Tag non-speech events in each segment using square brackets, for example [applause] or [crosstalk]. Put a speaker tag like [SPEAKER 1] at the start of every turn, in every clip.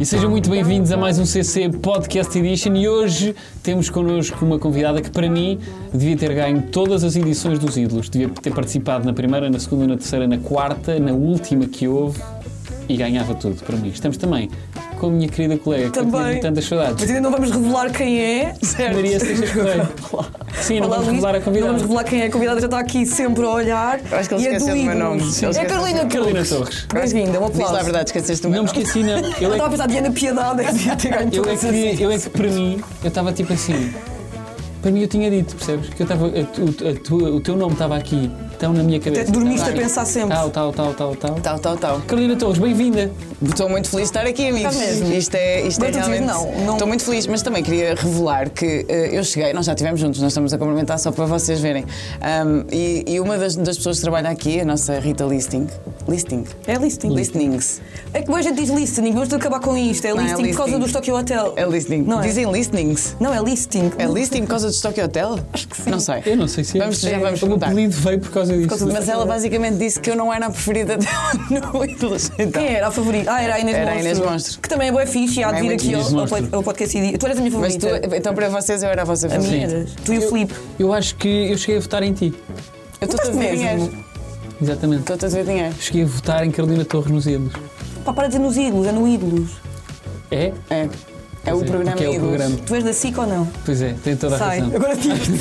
[SPEAKER 1] E sejam muito bem-vindos a mais um CC Podcast Edition e hoje temos connosco uma convidada que para mim devia ter ganho todas as edições dos Ídolos. Devia ter participado na primeira, na segunda, na terceira, na quarta, na última que houve e ganhava tudo para mim. Estamos também com a minha querida colega que eu
[SPEAKER 2] Também.
[SPEAKER 1] tenho tantas saudades.
[SPEAKER 2] Mas ainda não vamos revelar quem é,
[SPEAKER 1] [laughs]
[SPEAKER 2] certo?
[SPEAKER 1] Maria Seixas Correia. Sim, não
[SPEAKER 2] Olá,
[SPEAKER 1] vamos
[SPEAKER 2] Luís.
[SPEAKER 1] revelar a
[SPEAKER 2] Não
[SPEAKER 1] convidada.
[SPEAKER 2] vamos revelar quem é, a convidada já está aqui sempre a olhar.
[SPEAKER 3] acho que ele
[SPEAKER 2] e é do
[SPEAKER 3] esqueceu do meu
[SPEAKER 2] ídolo.
[SPEAKER 3] nome. Ele
[SPEAKER 2] É a
[SPEAKER 3] esqueceu.
[SPEAKER 2] Carolina
[SPEAKER 1] Carolina
[SPEAKER 2] Carolina.
[SPEAKER 1] Torres.
[SPEAKER 2] Bem-vinda, um
[SPEAKER 3] Diz lá a
[SPEAKER 2] aplauso.
[SPEAKER 3] verdade, esqueceste o
[SPEAKER 1] Não
[SPEAKER 3] meu
[SPEAKER 1] me esqueci, não. Eu
[SPEAKER 2] Eu
[SPEAKER 1] é
[SPEAKER 2] estava a
[SPEAKER 1] que,
[SPEAKER 2] pensar, Diana Piedade, é que devia ter ganho
[SPEAKER 1] eu é
[SPEAKER 2] todas
[SPEAKER 1] que,
[SPEAKER 2] as
[SPEAKER 1] queria- eu é que
[SPEAKER 2] edições.
[SPEAKER 1] para mim, eu estava tipo assim. Para mim eu tinha dito, percebes? Que eu estava. a tu- a tua- O teu nome estava aqui, tão na minha cabeça.
[SPEAKER 2] Até é dormiste
[SPEAKER 1] Estava
[SPEAKER 2] a
[SPEAKER 1] aqui.
[SPEAKER 2] pensar sempre.
[SPEAKER 1] Tal, tal, tal, tal, tal.
[SPEAKER 3] Tal, tal, tal.
[SPEAKER 1] Carolina Torres, bem-vinda.
[SPEAKER 3] Estou muito feliz de estar aqui, amigos.
[SPEAKER 2] Está Tá mesmo.
[SPEAKER 3] Isto é, isto é
[SPEAKER 2] Não te digo
[SPEAKER 3] realmente.
[SPEAKER 2] não, não.
[SPEAKER 3] Estou muito feliz, mas também queria revelar que eh, eu cheguei, nós já estivemos juntos, nós estamos a cumprimentar só para vocês verem. Ahm, e, e uma das, das pessoas que trabalha aqui, a nossa Rita Listing. Listing.
[SPEAKER 2] É listing.
[SPEAKER 3] Listings.
[SPEAKER 2] É que a gente diz listening, vamos acabar com isto. É
[SPEAKER 3] Não, é
[SPEAKER 2] listing por causa
[SPEAKER 3] listing.
[SPEAKER 2] do Tokyo Hotel.
[SPEAKER 3] É listing.
[SPEAKER 2] Não é?
[SPEAKER 3] Dizem listings.
[SPEAKER 2] Não, é listing.
[SPEAKER 3] É listing por causa do Stock Hotel? Acho que sim. Não sei.
[SPEAKER 1] Eu não sei se é.
[SPEAKER 3] Vamos, já vamos
[SPEAKER 1] O meu
[SPEAKER 3] perguntar.
[SPEAKER 1] apelido veio por causa disso.
[SPEAKER 3] Mas ela basicamente disse que eu não era a preferida [laughs] dela no Ídolos. Então,
[SPEAKER 2] Quem era a favorita? Ah, era a Inês
[SPEAKER 3] Era a
[SPEAKER 2] Monstro.
[SPEAKER 3] Inês Monstro.
[SPEAKER 2] Que também é boa fixe e há de
[SPEAKER 3] Também é
[SPEAKER 2] vir
[SPEAKER 3] muito
[SPEAKER 2] aqui
[SPEAKER 1] Inês
[SPEAKER 2] ao, ao,
[SPEAKER 1] Monstro.
[SPEAKER 2] pod- ao podcast. e- Tu eras a minha
[SPEAKER 3] mas tu,
[SPEAKER 2] favorita.
[SPEAKER 3] então para vocês eu era a vossa
[SPEAKER 2] A
[SPEAKER 3] favorita.
[SPEAKER 2] minha eras. Tu e o Filipe.
[SPEAKER 1] Eu acho que eu cheguei a votar em ti.
[SPEAKER 3] Eu estou a
[SPEAKER 2] Votaste
[SPEAKER 3] ver
[SPEAKER 2] mesmo?
[SPEAKER 3] dinheiro.
[SPEAKER 1] Exatamente.
[SPEAKER 3] Estou a ver dinheiro.
[SPEAKER 1] Cheguei a votar em Carolina Torres nos Ídolos.
[SPEAKER 2] Pá, para de dizer nos ídolos, é no ídolos.
[SPEAKER 1] É?
[SPEAKER 3] É. É o
[SPEAKER 1] Pois
[SPEAKER 3] programa
[SPEAKER 1] porque é o
[SPEAKER 3] Ídolos.
[SPEAKER 1] programa.
[SPEAKER 2] Tu és da SIC ou não?
[SPEAKER 1] Pois é, tem
[SPEAKER 3] Tá,
[SPEAKER 1] toda a
[SPEAKER 2] Sai,
[SPEAKER 1] razão.
[SPEAKER 2] agora [laughs] tive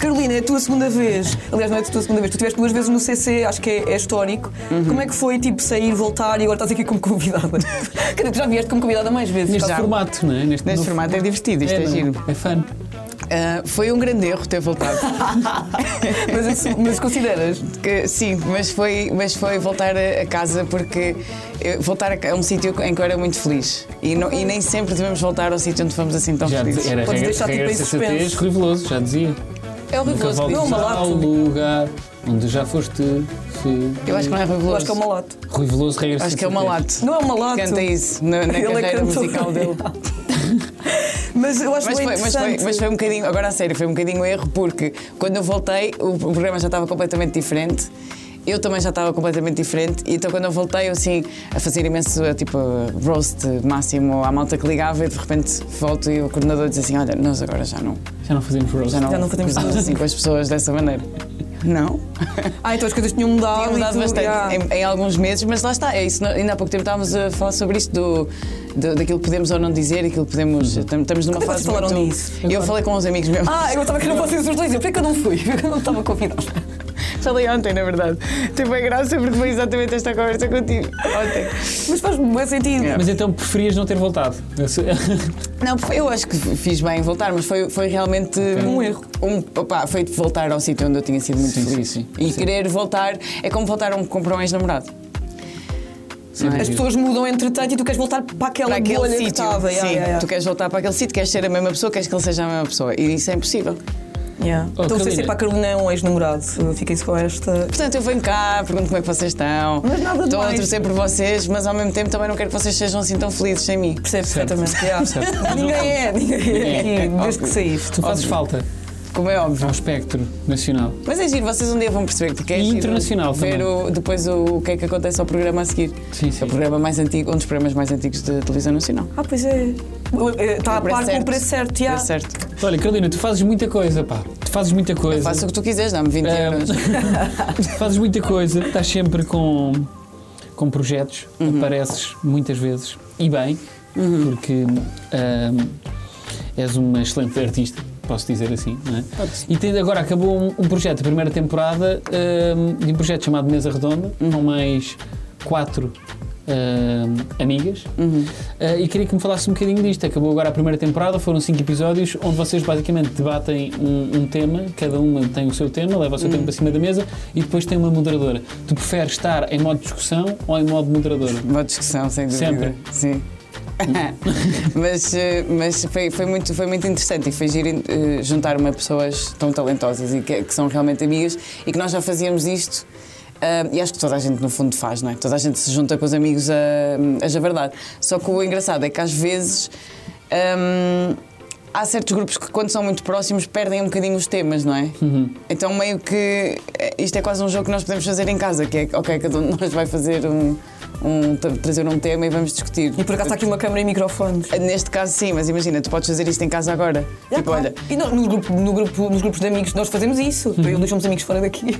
[SPEAKER 2] Carolina, é a tua segunda vez. Aliás, não é a tua segunda vez, tu estiveste duas vezes no CC, acho que é, é histórico.
[SPEAKER 3] Uhum.
[SPEAKER 2] Como é que foi, tipo, sair, voltar e agora estás aqui como
[SPEAKER 3] [laughs]
[SPEAKER 2] convidada? Quer dizer, tu já vieste como convidada mais vezes.
[SPEAKER 1] Neste
[SPEAKER 3] Já.
[SPEAKER 1] formato, não é? Neste,
[SPEAKER 3] Neste
[SPEAKER 1] novo-
[SPEAKER 3] formato é divertido, isto é,
[SPEAKER 1] não?
[SPEAKER 3] giro.
[SPEAKER 1] É fã.
[SPEAKER 3] Ah, foi um grande erro ter voltado. assim,
[SPEAKER 2] Mas, isso- mas consideras?
[SPEAKER 3] Que- sim, mas foi, mas foi voltar a, a casa porque eh, voltar a, ca- a um sítio em que eu era muito feliz. E, não- e nem sempre devemos voltar ao sítio onde fomos assim tão
[SPEAKER 1] Já
[SPEAKER 3] felizes.
[SPEAKER 1] dizia- era
[SPEAKER 2] Podes deixar tipo em
[SPEAKER 1] CCTs,
[SPEAKER 2] suspenso.
[SPEAKER 1] Rui Veloso, já dizia.
[SPEAKER 3] É
[SPEAKER 1] Nunca
[SPEAKER 3] horrível.
[SPEAKER 1] voltes
[SPEAKER 2] não, um uma lata.
[SPEAKER 1] ao lugar onde já foste.
[SPEAKER 3] Eu acho que não é horrível.
[SPEAKER 2] Eu acho que é uma lote.
[SPEAKER 1] Rui Veloso, regra
[SPEAKER 3] Acho que é uma
[SPEAKER 1] CCTs.
[SPEAKER 3] latte.
[SPEAKER 2] Não é uma lote.
[SPEAKER 3] Canta isso na,
[SPEAKER 2] Ele
[SPEAKER 3] na
[SPEAKER 2] é
[SPEAKER 3] carreira
[SPEAKER 2] cantor.
[SPEAKER 3] musical dele.
[SPEAKER 2] [laughs] Mas eu acho
[SPEAKER 3] Mas
[SPEAKER 2] bem
[SPEAKER 3] foi, mas, foi,
[SPEAKER 2] interessante.
[SPEAKER 3] mas foi um bocadinho, agora a sério, foi um bocadinho um erro porque quando eu voltei o programa já estava completamente diferente. Eu também já estava completamente diferente, e então quando eu voltei, eu assim, a fazer imenso tipo roast máximo à malta que ligava, e de repente volto e o coordenador diz assim: Olha, nós agora já não,
[SPEAKER 1] Já não fazemos roast.
[SPEAKER 3] já não,
[SPEAKER 2] Já não fazemos
[SPEAKER 3] cruzamos assim com as pessoas dessa maneira. [laughs] Não?
[SPEAKER 2] Ah, então as coisas tinham mudado.
[SPEAKER 3] Tinha mudado
[SPEAKER 2] e tu-
[SPEAKER 3] bastante É
[SPEAKER 2] Ah.
[SPEAKER 3] em, em alguns meses, mas lá está, é isso. Não- Ainda há pouco tempo estávamos a falar sobre isto, do, do- daquilo que podemos ou não dizer, aquilo que podemos. tam- Estamos numa
[SPEAKER 2] Como é que
[SPEAKER 3] fase
[SPEAKER 2] vocês falaram
[SPEAKER 3] muito.
[SPEAKER 2] disso?
[SPEAKER 3] Eu falei com uns amigos meus.
[SPEAKER 2] Ah, eu estava aqui não vocês os dois. Eu, Por que é que eu não fui? [laughs] Por que eu não estava convidada?
[SPEAKER 3] Falei ontem, na verdade. Teve bem graça porque foi exatamente esta conversa contigo. Ontem.
[SPEAKER 2] Mas faz bom sentido.
[SPEAKER 3] É.
[SPEAKER 1] Mas então preferias não ter voltado? [laughs] Esse-
[SPEAKER 3] Não, porque eu acho que fiz bem em voltar, mas foi, foi realmente.
[SPEAKER 2] Um erro.
[SPEAKER 3] Um, opá, foi de voltar ao sítio onde eu tinha sido muito
[SPEAKER 1] Sim,
[SPEAKER 3] feliz.
[SPEAKER 1] sim, sim.
[SPEAKER 3] E
[SPEAKER 1] Sim.
[SPEAKER 3] querer voltar é como voltar a um comprar um ex-namorado.
[SPEAKER 1] Sem
[SPEAKER 2] As
[SPEAKER 1] dúvida.
[SPEAKER 2] pessoas mudam entretanto e tu queres voltar para aquela
[SPEAKER 3] Para aquele
[SPEAKER 2] bolha que
[SPEAKER 3] sítio.
[SPEAKER 2] estava.
[SPEAKER 3] sim,
[SPEAKER 2] Yeah, yeah, yeah.
[SPEAKER 3] tu queres voltar para aquele sítio, queres ser a mesma pessoa, queres que ele seja a mesma pessoa. E isso é impossível.
[SPEAKER 2] Yeah.
[SPEAKER 1] Oh,
[SPEAKER 2] então,
[SPEAKER 1] Carolina.
[SPEAKER 2] sei se é para a Carolina é um ex-namorado. Uh, Fiquem-se com esta.
[SPEAKER 3] Portanto, eu venho cá, pergunto como é que vocês estão.
[SPEAKER 2] Mas nada
[SPEAKER 3] Estou a
[SPEAKER 2] demais.
[SPEAKER 3] torcer por vocês, mas ao mesmo tempo também não quero que vocês sejam assim tão felizes sem mim.
[SPEAKER 2] Percebes
[SPEAKER 1] Certo.
[SPEAKER 2] perfeitamente.
[SPEAKER 3] [laughs]
[SPEAKER 2] Yeah.
[SPEAKER 1] Certo.
[SPEAKER 3] Tá,
[SPEAKER 2] Ninguém é, ninguém é
[SPEAKER 1] Ninguém
[SPEAKER 2] aqui, desde que
[SPEAKER 3] Óbvio.
[SPEAKER 2] saíste.
[SPEAKER 1] Tu fazes falta
[SPEAKER 3] Como é óbvio.
[SPEAKER 1] ao espectro nacional.
[SPEAKER 3] Mas é giro, vocês um dia vão perceber porque é
[SPEAKER 1] E
[SPEAKER 3] giro
[SPEAKER 1] internacional
[SPEAKER 3] ver
[SPEAKER 1] também.
[SPEAKER 3] o- depois o, o que é que acontece ao programa a seguir.
[SPEAKER 1] Sim,
[SPEAKER 3] É
[SPEAKER 1] sim.
[SPEAKER 3] o programa mais antigo, um dos programas mais antigos da televisão nacional.
[SPEAKER 2] Ah, pois é. Está a
[SPEAKER 3] preço
[SPEAKER 2] par com o
[SPEAKER 3] certo.
[SPEAKER 2] preço certo.
[SPEAKER 3] É
[SPEAKER 2] Yeah.
[SPEAKER 3] certo.
[SPEAKER 1] Olha, Carolina, tu fazes muita coisa, pá. Tu fazes muita coisa.
[SPEAKER 3] Faça o que tu quiseres, dá-me 20
[SPEAKER 1] É.
[SPEAKER 3] euros.
[SPEAKER 1] [laughs] Fazes muita coisa, estás sempre com, com projetos, apareces muitas vezes e bem, porque ahm, és uma excelente artista, posso dizer assim, não é? E tem- agora acabou um, um projeto, a primeira temporada, ahm, de um projeto chamado Mesa Redonda,
[SPEAKER 2] Uhum.
[SPEAKER 1] com mais quatro. ahm, amigas
[SPEAKER 2] Uhum.
[SPEAKER 1] Ah, e queria que me falasse um bocadinho disto. Acabou agora a primeira temporada, foram cinco episódios onde vocês basicamente debatem um, um tema, cada uma tem o seu tema, leva o seu tema
[SPEAKER 2] Uhum.
[SPEAKER 1] para cima da mesa e depois tem uma moderadora. Tu preferes estar em modo discussão ou em modo moderadora?
[SPEAKER 3] Boa discussão, sem dúvida.
[SPEAKER 1] Sempre.
[SPEAKER 3] Sim. [laughs] mas eh, mas foi, foi, muito, foi muito interessante e foi giro eh, juntar-me a pessoas tão talentosas e que, que são realmente amigas e que nós já fazíamos isto. ah, e acho que toda a gente, no fundo, faz, não é? Toda a gente se junta com os amigos a, a javardar. Só que o engraçado é que às vezes. ah, há certos grupos que, quando são muito próximos, perdem um bocadinho os temas, não é?
[SPEAKER 2] Uhum.
[SPEAKER 3] Então, é, meio que eh, isto é quase um jogo que nós podemos fazer em casa, que é ok, cada um de nós vai fazer um, um- tra- trazer um tema e vamos discutir.
[SPEAKER 2] E por acaso está aqui uma câmara e microfones.
[SPEAKER 3] Neste caso, sim, mas imagina, tu podes fazer isto em casa agora.
[SPEAKER 2] Já,
[SPEAKER 3] tipo,
[SPEAKER 2] Ah, claro.
[SPEAKER 3] olha,
[SPEAKER 2] E nós, no grupo, no grupo- nos grupos de amigos nós fazemos isso. Eu Eu deixo uns amigos fora
[SPEAKER 3] [laughs]
[SPEAKER 2] daqui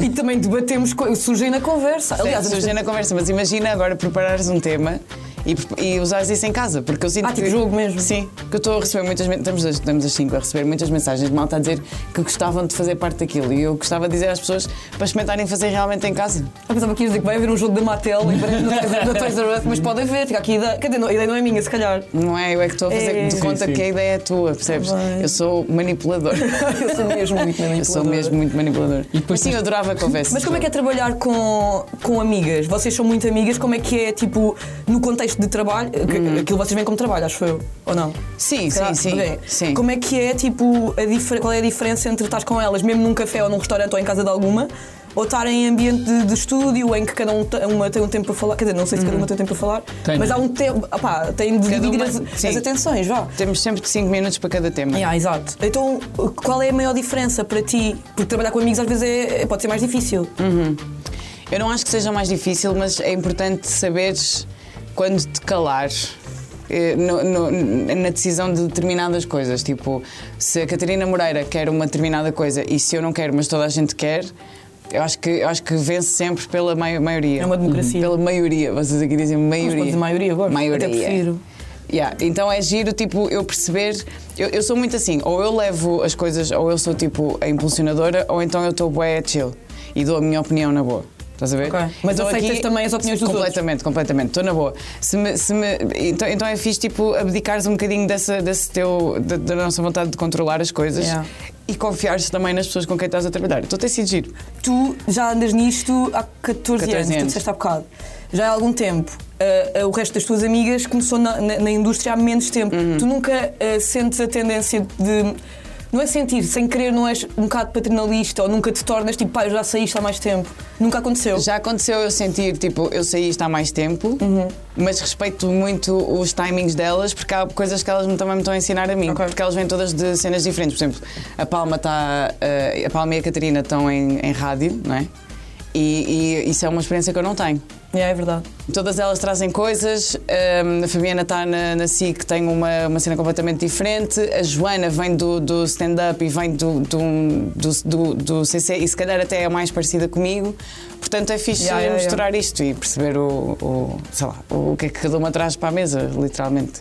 [SPEAKER 2] e também debatemos, co- surgem na conversa. Aliás,
[SPEAKER 3] aliás, surge na conversa, mas imagina agora preparares um tema e, pre- e usares isso em casa, porque eu sinto
[SPEAKER 2] Ah,
[SPEAKER 3] que.
[SPEAKER 2] tipo jogo mesmo.
[SPEAKER 3] Sim, que eu estou a receber muitas men- estamos, as- estamos as cinco a receber muitas mensagens de malta a dizer que gostavam de fazer parte daquilo e eu gostava de dizer às pessoas para experimentarem fazer realmente em casa.
[SPEAKER 2] eu pensava que ias dizer que vai haver um jogo da Mattel em breve no Toys- no Toys R Us, mas pode haver. Fica aqui a ideia. Quer dizer, não- a ideia não é minha, se calhar.
[SPEAKER 3] Não é? Eu é que estou a fazer
[SPEAKER 2] É.
[SPEAKER 3] de
[SPEAKER 2] Sim,
[SPEAKER 3] conta
[SPEAKER 1] sim.
[SPEAKER 3] que a ideia é tua, percebes?
[SPEAKER 2] Tá bem.
[SPEAKER 3] eu sou
[SPEAKER 2] [laughs]
[SPEAKER 3] manipulador.
[SPEAKER 2] Eu sou mesmo muito
[SPEAKER 3] eu sou mesmo muito manipulador.
[SPEAKER 1] E depois
[SPEAKER 3] Mas sim, eu adorava a conversa.
[SPEAKER 2] Mas como é que é trabalhar com, com amigas? Vocês são muito amigas, como é que é, tipo, no contexto de trabalho? que- Aquilo vocês veem como trabalho, acho eu, ou não?
[SPEAKER 3] Hum. Sim,
[SPEAKER 2] Será?
[SPEAKER 3] sim,
[SPEAKER 2] Tá,
[SPEAKER 3] sim.
[SPEAKER 2] Ok.
[SPEAKER 3] sim.
[SPEAKER 2] Como é que é, tipo, a difer- qual é a diferença entre estar com elas, mesmo num café ou num restaurante ou em casa de alguma, ou estar em ambiente de, de estúdio em que cada um te- uma tem um tempo para falar? Quer dizer, não sei se cada uma tem um tempo para falar,
[SPEAKER 1] Tem.
[SPEAKER 2] mas há um tempo. Opá, tem de
[SPEAKER 3] Uhum. né? Cada
[SPEAKER 2] dividir
[SPEAKER 3] uma-
[SPEAKER 2] as,
[SPEAKER 3] sim.
[SPEAKER 2] as atenções, vá.
[SPEAKER 3] Temos sempre 5 minutos para cada tema.
[SPEAKER 2] Yeah, exato. Então, qual é a maior diferença para ti? Porque trabalhar com amigos às vezes é- pode ser mais difícil.
[SPEAKER 3] Eu não acho que seja mais difícil, mas é importante saberes quando te calar. eh, no- no- na decisão de determinadas coisas, tipo, se a Catarina Moreira quer uma determinada coisa e se eu não quero, mas toda a gente quer, eu acho que, eu acho que vence sempre pela mai- maioria.
[SPEAKER 2] É uma democracia.
[SPEAKER 3] Pela maioria, vocês aqui dizem maioria.
[SPEAKER 2] pode dizer maioria agora,
[SPEAKER 3] Maioria.
[SPEAKER 2] até prefiro.
[SPEAKER 3] Yeah, Então é giro, tipo, eu perceber. Eu, eu sou muito assim, ou eu levo as coisas, ou eu sou tipo a impulsionadora, ou então eu estou bué chill e dou a minha opinião na boa. Estás a ver?
[SPEAKER 2] Ok. Mas
[SPEAKER 3] Então
[SPEAKER 2] aceitas também as opiniões dos
[SPEAKER 3] Completamente, completamente. Estou na boa. Se me- se me- então, então é fixe, tipo, abdicares um bocadinho dessa, desse teu, da, da nossa vontade de controlar as coisas
[SPEAKER 2] Yeah.
[SPEAKER 3] e confiar-se também nas pessoas com quem estás a trabalhar. Então tem sido giro.
[SPEAKER 2] Tu já andas nisto há 14,
[SPEAKER 3] 14
[SPEAKER 2] anos, tu
[SPEAKER 3] anos.
[SPEAKER 2] disseste há bocado. Já há algum tempo. Ah, ah, o resto das tuas amigas começou na, na- na indústria há menos tempo. Tu nunca ah, sentes a tendência de. Não é sentir, sem querer, não és um bocado paternalista ou nunca te tornas tipo, pá, eu já saí isto há mais tempo. Nunca aconteceu.
[SPEAKER 3] Já aconteceu eu sentir, tipo, eu saí isto há mais tempo,
[SPEAKER 2] Uhum.
[SPEAKER 3] mas respeito muito os timings delas, porque há coisas que elas me- também me estão a ensinar a mim,
[SPEAKER 2] Ok.
[SPEAKER 3] porque elas vêm todas de cenas diferentes. Por exemplo, a Palma está. eh, a Palma e a Catarina estão em, em rádio, não é? E, e isso é uma experiência que eu não tenho.
[SPEAKER 2] Yeah, é verdade.
[SPEAKER 3] Todas elas trazem coisas. hum, a Fabiana está na, na SIC, tem uma, uma cena completamente diferente. A Joana vem do, do stand-up e vem do, do, do, do- do CC e se calhar até é mais parecida comigo. Portanto, é fixe
[SPEAKER 2] Yeah, yeah,
[SPEAKER 3] misturar isto e perceber o, o- sei lá, o que é que cada uma traz para a mesa, literalmente.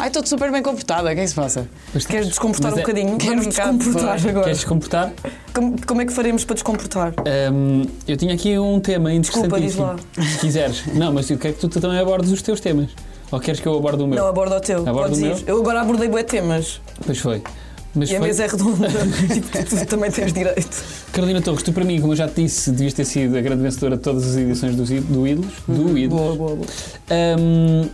[SPEAKER 3] Ai, estou super bem comportada, o que é que se passa?
[SPEAKER 1] Mas
[SPEAKER 2] Queres descomportar
[SPEAKER 1] Mas
[SPEAKER 2] um
[SPEAKER 1] é-
[SPEAKER 2] bocadinho?
[SPEAKER 3] quero
[SPEAKER 2] Vamos
[SPEAKER 3] um bocado,
[SPEAKER 2] descomportar
[SPEAKER 3] vá.
[SPEAKER 2] agora.
[SPEAKER 1] Queres comportar?
[SPEAKER 2] Como, como é que faremos para descomportar?
[SPEAKER 1] Hum, eu tinha aqui um tema
[SPEAKER 2] Desculpa, diz
[SPEAKER 1] interessantíssimo.
[SPEAKER 2] lá.
[SPEAKER 1] Se
[SPEAKER 2] [laughs]
[SPEAKER 1] quiseres. Não, mas eu quero que tu também abordes os teus temas. Ou queres que eu aborde o meu?
[SPEAKER 2] Não, aborda o teu.
[SPEAKER 1] Abordo
[SPEAKER 2] Podes
[SPEAKER 1] o
[SPEAKER 2] ir.
[SPEAKER 1] meu?
[SPEAKER 2] Eu agora abordei bué temas [laughs]
[SPEAKER 1] Pois foi. Mas
[SPEAKER 2] e a
[SPEAKER 1] foi-
[SPEAKER 2] mesa é redonda. [laughs] tu, tu também tens direito.
[SPEAKER 1] Carolina Torres, tu para mim, como eu já te disse, devias ter sido a grande vencedora de todas as edições dos í- do Ídolos. Do Ídolos.
[SPEAKER 2] Uhum. Boa, boa, boa.
[SPEAKER 1] Hum,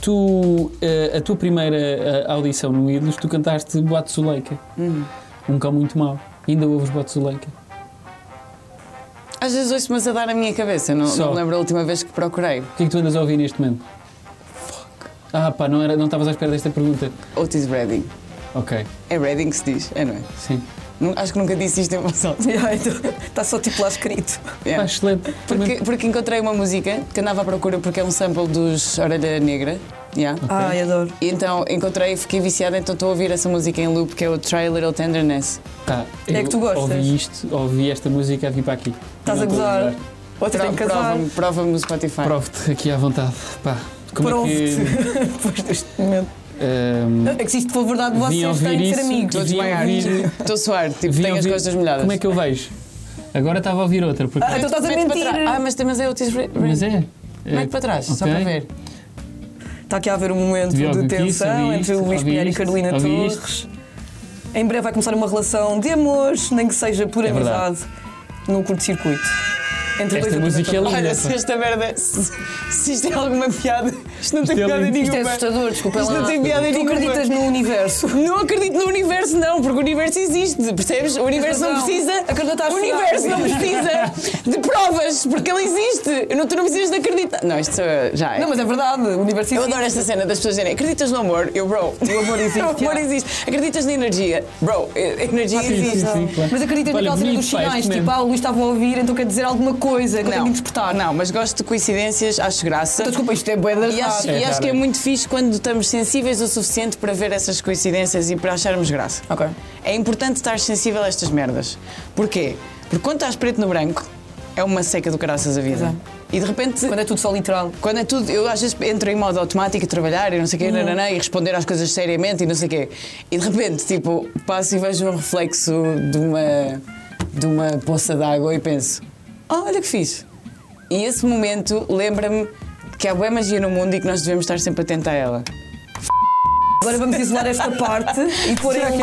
[SPEAKER 1] tu, eh, a tua primeira eh, audição no Ídolos, tu cantaste Boate Zuleika.
[SPEAKER 2] Uhum.
[SPEAKER 1] Um cão muito mau. Ainda ouves Boate Zuleika.
[SPEAKER 3] Às vezes ouço, mas a dar a minha cabeça, não,
[SPEAKER 1] Só.
[SPEAKER 3] não me lembro a última vez que procurei.
[SPEAKER 1] O que é que tu andas a ouvir neste momento? Ah pá, não era- não estavas à espera desta pergunta.
[SPEAKER 3] Otis Redding.
[SPEAKER 1] Ok,
[SPEAKER 3] É Redding que se diz, é, não é?
[SPEAKER 1] sim.
[SPEAKER 3] Nu- Acho que nunca disse isto em voz alta.
[SPEAKER 1] [laughs]
[SPEAKER 2] Yeah, então, Está só tipo lá escrito.
[SPEAKER 3] Yeah.
[SPEAKER 1] Ah, excelente. Também-
[SPEAKER 3] É. Porque, porque encontrei uma música que andava à procura porque é um sample dos Orelha Negra. Yeah.
[SPEAKER 2] Ai, adoro.
[SPEAKER 3] E então encontrei e fiquei viciada, então estou a ouvir essa música em loop que é o Try Little Tenderness.
[SPEAKER 1] Tá,
[SPEAKER 2] É que tu
[SPEAKER 1] eu
[SPEAKER 2] gostas.
[SPEAKER 1] Ouvi isto, ouvi esta música a vir para aqui.
[SPEAKER 2] Estás
[SPEAKER 1] Não é.
[SPEAKER 2] a
[SPEAKER 1] estou
[SPEAKER 2] gozar. Ou até tem que casar.
[SPEAKER 3] Prova-me prova o Spotify.
[SPEAKER 1] Provo-te aqui à vontade. Pá, como é que. [laughs] ehm,
[SPEAKER 2] Provo-te. Depois deste momento.
[SPEAKER 1] Ahm,
[SPEAKER 2] É que se isto for verdade,
[SPEAKER 1] Vim
[SPEAKER 2] vocês
[SPEAKER 1] ouvir
[SPEAKER 2] têm de ser
[SPEAKER 1] isso.
[SPEAKER 2] amigos.
[SPEAKER 3] Estou a
[SPEAKER 1] Vim
[SPEAKER 3] desmaiar.
[SPEAKER 1] ouvir-
[SPEAKER 3] Estou a suar, tipo,
[SPEAKER 1] vim
[SPEAKER 3] tenho as
[SPEAKER 1] ouvir-
[SPEAKER 3] costas molhadas.
[SPEAKER 1] Como é que eu vejo? Agora estava a ouvir outra. Porque...
[SPEAKER 2] Ah, então estás a
[SPEAKER 3] Mete para
[SPEAKER 2] mentir.
[SPEAKER 3] trás. Ah, mas, mas é Otis Redding.
[SPEAKER 1] Mas é.
[SPEAKER 3] Mete para trás, só
[SPEAKER 1] ok.
[SPEAKER 3] para ver.
[SPEAKER 2] Está aqui a haver um momento
[SPEAKER 1] Devia
[SPEAKER 2] de
[SPEAKER 1] ouvir isso,
[SPEAKER 2] tensão
[SPEAKER 1] ouvi
[SPEAKER 2] entre o
[SPEAKER 1] isto,
[SPEAKER 2] Luís
[SPEAKER 1] ouvi
[SPEAKER 2] Pinheiro e
[SPEAKER 1] isto,
[SPEAKER 2] Carolina
[SPEAKER 1] ouvi
[SPEAKER 2] Torres. Em breve vai começar uma relação de amores, nem que seja por
[SPEAKER 1] É
[SPEAKER 2] amizade, num curto-circuito. Entre
[SPEAKER 1] Esta
[SPEAKER 2] dois
[SPEAKER 1] música é
[SPEAKER 2] apresentadores.
[SPEAKER 1] linda.
[SPEAKER 3] Olha,
[SPEAKER 1] pá.
[SPEAKER 3] se esta merda. Se, se isto é alguma piada, Isto não tem
[SPEAKER 1] Isto é
[SPEAKER 3] piada
[SPEAKER 1] lindo.
[SPEAKER 3] nenhuma.
[SPEAKER 1] Isto
[SPEAKER 2] Isto é assustador, desculpa
[SPEAKER 3] Isto
[SPEAKER 2] lá.
[SPEAKER 3] não tem piada
[SPEAKER 2] Tu
[SPEAKER 3] nenhuma.
[SPEAKER 2] acreditas no universo.
[SPEAKER 3] Não acredito no universo, não, porque o universo existe, percebes? O universo não
[SPEAKER 2] razão.
[SPEAKER 3] precisa.
[SPEAKER 2] Acreditar
[SPEAKER 3] O
[SPEAKER 2] será.
[SPEAKER 3] universo não precisa de provas, porque ele existe. Não, tu não precisas de acreditar. Não, isto eh, já é.
[SPEAKER 2] Não, mas é verdade, o universo
[SPEAKER 3] Eu
[SPEAKER 2] existe.
[SPEAKER 3] adoro esta cena das pessoas dizerem acreditas no amor? Eu, bro.
[SPEAKER 2] O amor existe,
[SPEAKER 3] [laughs] o amor
[SPEAKER 2] já.
[SPEAKER 3] existe. Acreditas na energia? Bro, a energia
[SPEAKER 1] sim,
[SPEAKER 3] existe.
[SPEAKER 1] sim, sim, claro.
[SPEAKER 2] Mas acreditas
[SPEAKER 1] Olha,
[SPEAKER 2] naquela cena
[SPEAKER 1] bonito
[SPEAKER 2] dos sinais,
[SPEAKER 1] faz-te
[SPEAKER 2] tipo,
[SPEAKER 1] mesmo.
[SPEAKER 2] ah, o Luís estava a ouvir, então quer dizer alguma coisa que eu tenho
[SPEAKER 3] Não,
[SPEAKER 2] de interpretar.
[SPEAKER 3] não, mas gosto de coincidências, acho graça.
[SPEAKER 2] Então, desculpa, isto é boa das
[SPEAKER 3] E acho,
[SPEAKER 1] É
[SPEAKER 3] e acho
[SPEAKER 1] raro,
[SPEAKER 3] que é
[SPEAKER 1] é.
[SPEAKER 3] muito fixe quando estamos sensíveis o suficiente para ver essas coincidências e para acharmos graça.
[SPEAKER 2] Ok.
[SPEAKER 3] É importante estar sensível a estas merdas. Porquê? Porque quando estás preto no branco, é uma seca do caraças a vida.
[SPEAKER 2] Exato.
[SPEAKER 3] E de repente.
[SPEAKER 2] Quando é tudo só literal.
[SPEAKER 3] Quando é tudo, eu às vezes entro em modo automático e trabalhar e não sei o quê, nananã, e responder às coisas seriamente e não sei o quê. E de repente, tipo, passo e vejo um reflexo de uma, de uma poça d'água e penso: "Ah, olha que fixe. E esse momento lembra-me que há boa magia no mundo e que nós devemos estar sempre atenta a ela.
[SPEAKER 2] Agora vamos isolar esta parte e pôr aqui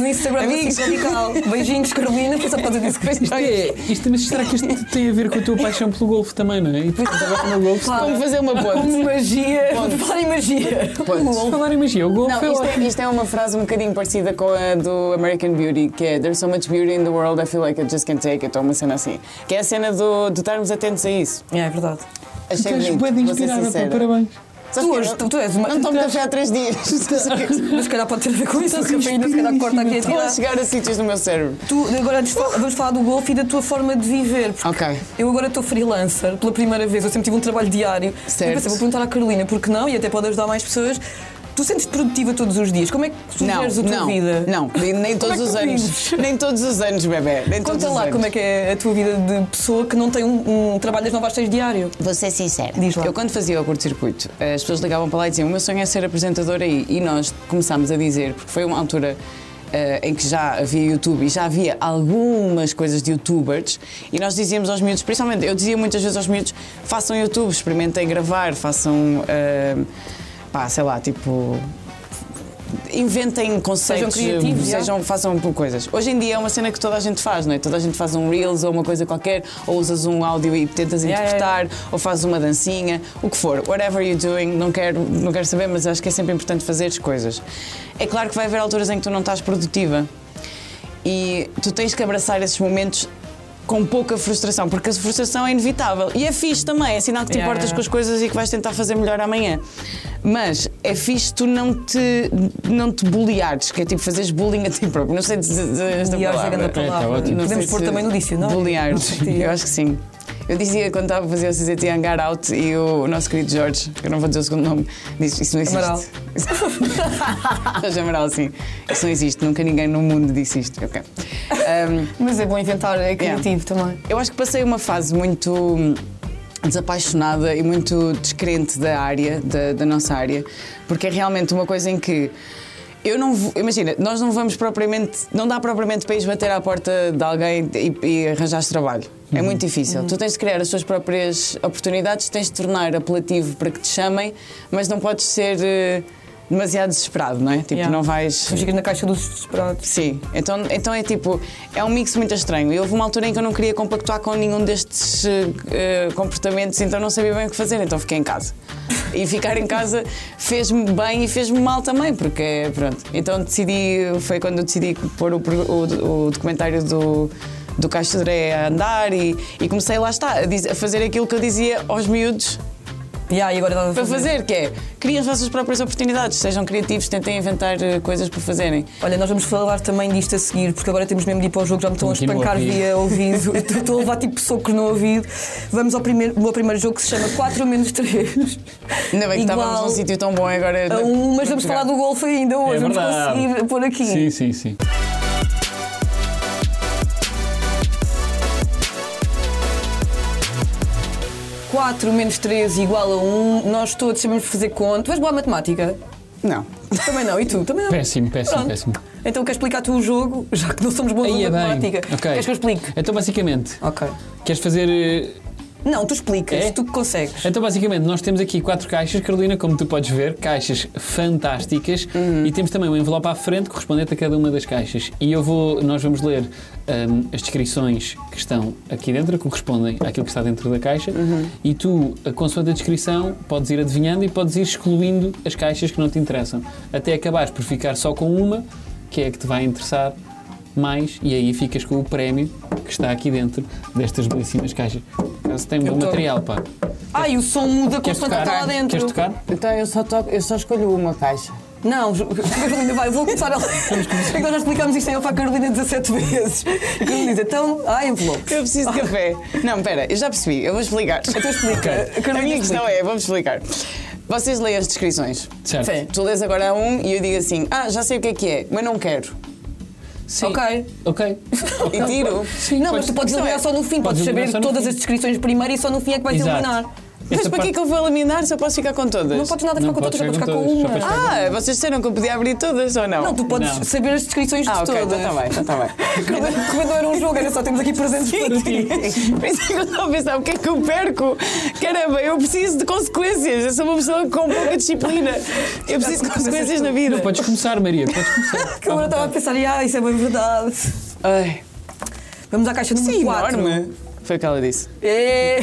[SPEAKER 2] no Instagram do
[SPEAKER 3] Amigos.
[SPEAKER 2] Ciclo Radical. Beijinhos, Carolina, foi só por causa disso que fez.
[SPEAKER 1] Isto é, isto, mas será que isto tem a ver com a tua paixão pelo golfe também, não é? E depois tu estava no golfe.
[SPEAKER 2] Claro.
[SPEAKER 3] Como fazer uma ponte.
[SPEAKER 2] [laughs] Como magia. Falar em magia.
[SPEAKER 3] Pontes.
[SPEAKER 1] Vou falar em magia, o golfe é
[SPEAKER 3] Não, isto
[SPEAKER 1] ótimo.
[SPEAKER 3] é, isto é uma frase um bocadinho parecida com a do American Beauty, que é There's so much beauty in the world, I feel like I just can't take it, ou uma cena assim. Que é a cena do, de estarmos atentos a isso.
[SPEAKER 2] É, é verdade.
[SPEAKER 1] Tu
[SPEAKER 3] Achei
[SPEAKER 1] estás
[SPEAKER 3] bonito,
[SPEAKER 1] bué de
[SPEAKER 3] vou ser
[SPEAKER 1] inspirada, pá,
[SPEAKER 3] sincera.
[SPEAKER 1] parabéns.
[SPEAKER 3] Sabes
[SPEAKER 2] Tu
[SPEAKER 3] que
[SPEAKER 2] és-
[SPEAKER 3] eu
[SPEAKER 2] tu- tu és uma-
[SPEAKER 3] Não tomo
[SPEAKER 2] tu-
[SPEAKER 3] café há
[SPEAKER 2] [laughs]
[SPEAKER 3] três dias.
[SPEAKER 2] Mas se calhar pode ter a ver com isso, a cafeína se calhar corta aqui a
[SPEAKER 3] Estou a
[SPEAKER 2] tirada.
[SPEAKER 3] chegar a sítios no meu cérebro.
[SPEAKER 2] Tu, agora antes de fal- vamos falar do golfe e da tua forma de viver. porque
[SPEAKER 3] Ok.
[SPEAKER 2] Eu agora estou freelancer pela primeira vez, eu sempre tive um trabalho diário.
[SPEAKER 3] Certo.
[SPEAKER 2] Eu pensei, vou perguntar à Carolina, porque não? E até pode ajudar mais pessoas. Tu sentes-te produtiva todos os dias? Como é que tu
[SPEAKER 3] Não,
[SPEAKER 2] geres a tua
[SPEAKER 3] não,
[SPEAKER 2] vida?
[SPEAKER 3] não, nem- nem
[SPEAKER 2] Como é
[SPEAKER 3] todos
[SPEAKER 2] que
[SPEAKER 3] os
[SPEAKER 2] tu
[SPEAKER 3] anos.
[SPEAKER 2] vives?
[SPEAKER 3] Nem todos os anos, bebê. Nem todos
[SPEAKER 2] Conta
[SPEAKER 3] os
[SPEAKER 2] lá
[SPEAKER 3] anos.
[SPEAKER 2] como é que é a tua vida de pessoa que não tem um, um trabalho das 9 às 6 diário.
[SPEAKER 3] Vou ser sincera.
[SPEAKER 2] Diz lá.
[SPEAKER 3] Eu quando fazia o curto-circuito, as pessoas ligavam para lá e diziam o meu sonho é ser apresentadora aí. E nós começámos a dizer, porque foi uma altura eh, em que já havia YouTube e já havia algumas coisas de youtubers e nós dizíamos aos miúdos, principalmente, eu dizia muitas vezes aos miúdos, façam YouTube, experimentem gravar, façam, eh, pá, sei lá, tipo... Inventem conceitos,
[SPEAKER 2] criativos, já.
[SPEAKER 3] sejam- façam coisas. Hoje em dia é uma cena que toda a gente faz, não é? Toda a gente faz um Reels ou uma coisa qualquer, ou usas um áudio e tentas
[SPEAKER 2] Yeah, yeah,
[SPEAKER 3] interpretar cantar, ou fazes uma dancinha, o que for, whatever you're doing, não quero, não quero saber, mas acho que é sempre importante fazer as coisas. É claro que vai haver alturas em que tu não estás produtiva e tu tens que abraçar esses momentos com pouca frustração, porque a frustração é inevitável e é fixe também, é sinal que te
[SPEAKER 2] Yeah,
[SPEAKER 3] importas
[SPEAKER 2] yeah.
[SPEAKER 3] com as coisas e que vais tentar fazer melhor amanhã. Mas é fixe tu não te, não te bulliares, que é tipo fazeres bullying a ti próprio. Não sei dizer dizer esta
[SPEAKER 2] Diário é a grande
[SPEAKER 3] palavra.
[SPEAKER 2] palavra.
[SPEAKER 1] É, tá ótimo.
[SPEAKER 3] Não
[SPEAKER 2] Podemos
[SPEAKER 3] sei
[SPEAKER 2] pôr
[SPEAKER 3] se-
[SPEAKER 2] também no dicionário.
[SPEAKER 3] Bullying.
[SPEAKER 2] Não sei.
[SPEAKER 3] Eu acho que sim. Eu dizia quando estava a fazer o CZT Hangar Out e o nosso querido Jorge, que eu não vou dizer o segundo nome, disse isso não existe. [laughs]
[SPEAKER 2] Amaral.
[SPEAKER 3] Jorge Amaral, sim. Isso não existe. Nunca ninguém no mundo disse isto.
[SPEAKER 2] [laughs]
[SPEAKER 3] Ok. Um,
[SPEAKER 2] Mas é bom inventar, é
[SPEAKER 3] Yeah.
[SPEAKER 2] criativo também.
[SPEAKER 3] eu acho que passei uma fase muito hum, desapaixonada e muito descrente da área, da, da nossa área, porque é realmente uma coisa em que eu não vou, imagina, nós não vamos propriamente, não dá propriamente para ir bater à porta de alguém e, e arranjar trabalho. É muito difícil. Tu tens de criar as tuas próprias oportunidades, tens de tornar apelativo para que te chamem, mas não podes ser eh, demasiado desesperado, não é? Tipo,
[SPEAKER 2] Yeah.
[SPEAKER 3] não vais.
[SPEAKER 2] Fugir na caixa dos desesperados.
[SPEAKER 3] Sim, então, então é tipo, é um mix muito estranho. E houve uma altura em que eu não queria compactuar com nenhum destes eh, eh, comportamentos, então não sabia bem o que fazer, então fiquei em casa. E ficar em casa fez-me bem e fez-me mal também, porque pronto. Então decidi, foi quando eu decidi pôr o, pro- o, o documentário do, do Caixa Dré a andar e, e comecei lá está, a, diz- a fazer aquilo que eu dizia aos miúdos
[SPEAKER 2] Yeah, e agora estás a
[SPEAKER 3] para fazer, que é criem as vossas próprias oportunidades, sejam criativos, tentem inventar eh, coisas para fazerem.
[SPEAKER 2] Olha, nós vamos falar também disto a seguir, porque agora temos mesmo de ir para o jogo, já me estão a
[SPEAKER 1] Estão aqui no
[SPEAKER 2] espancar
[SPEAKER 1] ouvido.
[SPEAKER 2] via ouvido. Eu Estou a levar tipo socos no ouvido. Vamos ao primeiro, ao meu primeiro jogo que se chama 4 menos 3.
[SPEAKER 3] Ainda bem que
[SPEAKER 2] Igual
[SPEAKER 3] estávamos num sítio tão bom agora.
[SPEAKER 2] A um, mas vamos falar do golfe ainda hoje, vamos
[SPEAKER 1] verdade.
[SPEAKER 2] conseguir pôr aqui.
[SPEAKER 1] Sim, sim, sim.
[SPEAKER 2] Quatro 4 menos 3 igual a 1, nós todos sabemos fazer conta. Tu és boa à matemática?
[SPEAKER 3] Não.
[SPEAKER 2] Também não, e tu? Também não.
[SPEAKER 1] Péssimo, péssimo,
[SPEAKER 2] Pronto.
[SPEAKER 1] péssimo.
[SPEAKER 2] Então queres explicar tu o jogo, já que não somos bons
[SPEAKER 1] Aí
[SPEAKER 2] à
[SPEAKER 1] é bem.
[SPEAKER 2] matemática?
[SPEAKER 1] Ok.
[SPEAKER 2] Queres que eu explique?
[SPEAKER 1] Então, basicamente,
[SPEAKER 2] Ok.
[SPEAKER 1] queres fazer eh,
[SPEAKER 2] Não, tu explicas,
[SPEAKER 1] É?
[SPEAKER 2] tu que consegues.
[SPEAKER 1] Então, basicamente, nós temos aqui quatro caixas, Carolina, como tu podes ver, caixas fantásticas, e temos também um envelope à frente correspondente a cada uma das caixas. E eu vou, nós vamos ler hum, as descrições que estão aqui dentro, que correspondem àquilo que está dentro da caixa, e tu, a consoante a descrição, podes ir adivinhando e podes ir excluindo as caixas que não te interessam, até acabares por ficar só com uma, que é a que te vai interessar mais, e aí ficas com o prémio que está aqui dentro destas belíssimas caixas. Caso tem bom
[SPEAKER 2] tô-
[SPEAKER 1] material, pá.
[SPEAKER 2] Ah, e o som muda
[SPEAKER 1] Queres
[SPEAKER 2] constante
[SPEAKER 1] tocar?
[SPEAKER 2] está lá dentro.
[SPEAKER 1] Queres tocar?
[SPEAKER 3] Então eu só, toco- eu só escolho uma caixa.
[SPEAKER 2] Não, Carolina, [laughs] vai, vou
[SPEAKER 1] [laughs]
[SPEAKER 2] começar a ler. É que nós já explicámos isto em off à Carolina 17 vezes. A Carolina diz, então, ah, envelope.
[SPEAKER 3] Eu preciso de café. Não, pera, eu já percebi, eu vou explicar.
[SPEAKER 2] Então explica. A
[SPEAKER 3] A minha
[SPEAKER 2] Carolina
[SPEAKER 3] questão
[SPEAKER 2] explica.
[SPEAKER 3] é, vamos explicar. Vocês leem as descrições. É,
[SPEAKER 1] Certo.
[SPEAKER 2] Sim.
[SPEAKER 3] Tu lês agora a um e eu digo assim, ah, já sei o que é que é, mas não quero.
[SPEAKER 1] Sim.
[SPEAKER 2] Ok.
[SPEAKER 1] Ok.
[SPEAKER 3] E
[SPEAKER 2] [laughs]
[SPEAKER 3] tiro.
[SPEAKER 2] não, mas tu podes
[SPEAKER 3] Então é,
[SPEAKER 2] eliminar só no fim, podes
[SPEAKER 1] podes eliminar
[SPEAKER 2] saber
[SPEAKER 1] só no
[SPEAKER 2] todas
[SPEAKER 1] fim.
[SPEAKER 2] as descrições primeiro e só no fim é que vais
[SPEAKER 1] Exato.
[SPEAKER 2] eliminar.
[SPEAKER 3] Mas
[SPEAKER 1] Esta
[SPEAKER 3] para que é
[SPEAKER 1] parte-
[SPEAKER 3] que eu vou eliminar se eu posso ficar com todas?
[SPEAKER 2] Não podes nada
[SPEAKER 1] Não
[SPEAKER 2] ficar com todas, só
[SPEAKER 1] podes ficar
[SPEAKER 2] podes ficar
[SPEAKER 1] com
[SPEAKER 2] com
[SPEAKER 1] todas, só
[SPEAKER 2] uma.
[SPEAKER 1] podes-
[SPEAKER 3] Ah, vocês disseram que eu podia abrir todas ou não?
[SPEAKER 2] Não, tu podes
[SPEAKER 1] Não.
[SPEAKER 2] saber as descrições
[SPEAKER 3] Ah,
[SPEAKER 2] de
[SPEAKER 3] ok,
[SPEAKER 2] todas.
[SPEAKER 3] então está
[SPEAKER 2] [laughs]
[SPEAKER 3] bem, então está bem.
[SPEAKER 2] Recomendo- Recomendo era um jogo, era só temos aqui presentes para ti.
[SPEAKER 3] [laughs] Por isso é que eu estava a pensar, o que é que eu perco? Caramba, eu preciso de consequências. Eu sou uma pessoa com pouca disciplina. Eu preciso de consequências na vida.
[SPEAKER 1] Podes começar, Maria. Podes começar.
[SPEAKER 2] [laughs] Que agora estava a pensar, e, ah, isso é bem verdade.
[SPEAKER 3] Ai,
[SPEAKER 2] Vamos à caixa
[SPEAKER 3] isso é
[SPEAKER 2] número 4.
[SPEAKER 3] enorme. Foi o que ela disse. [laughs]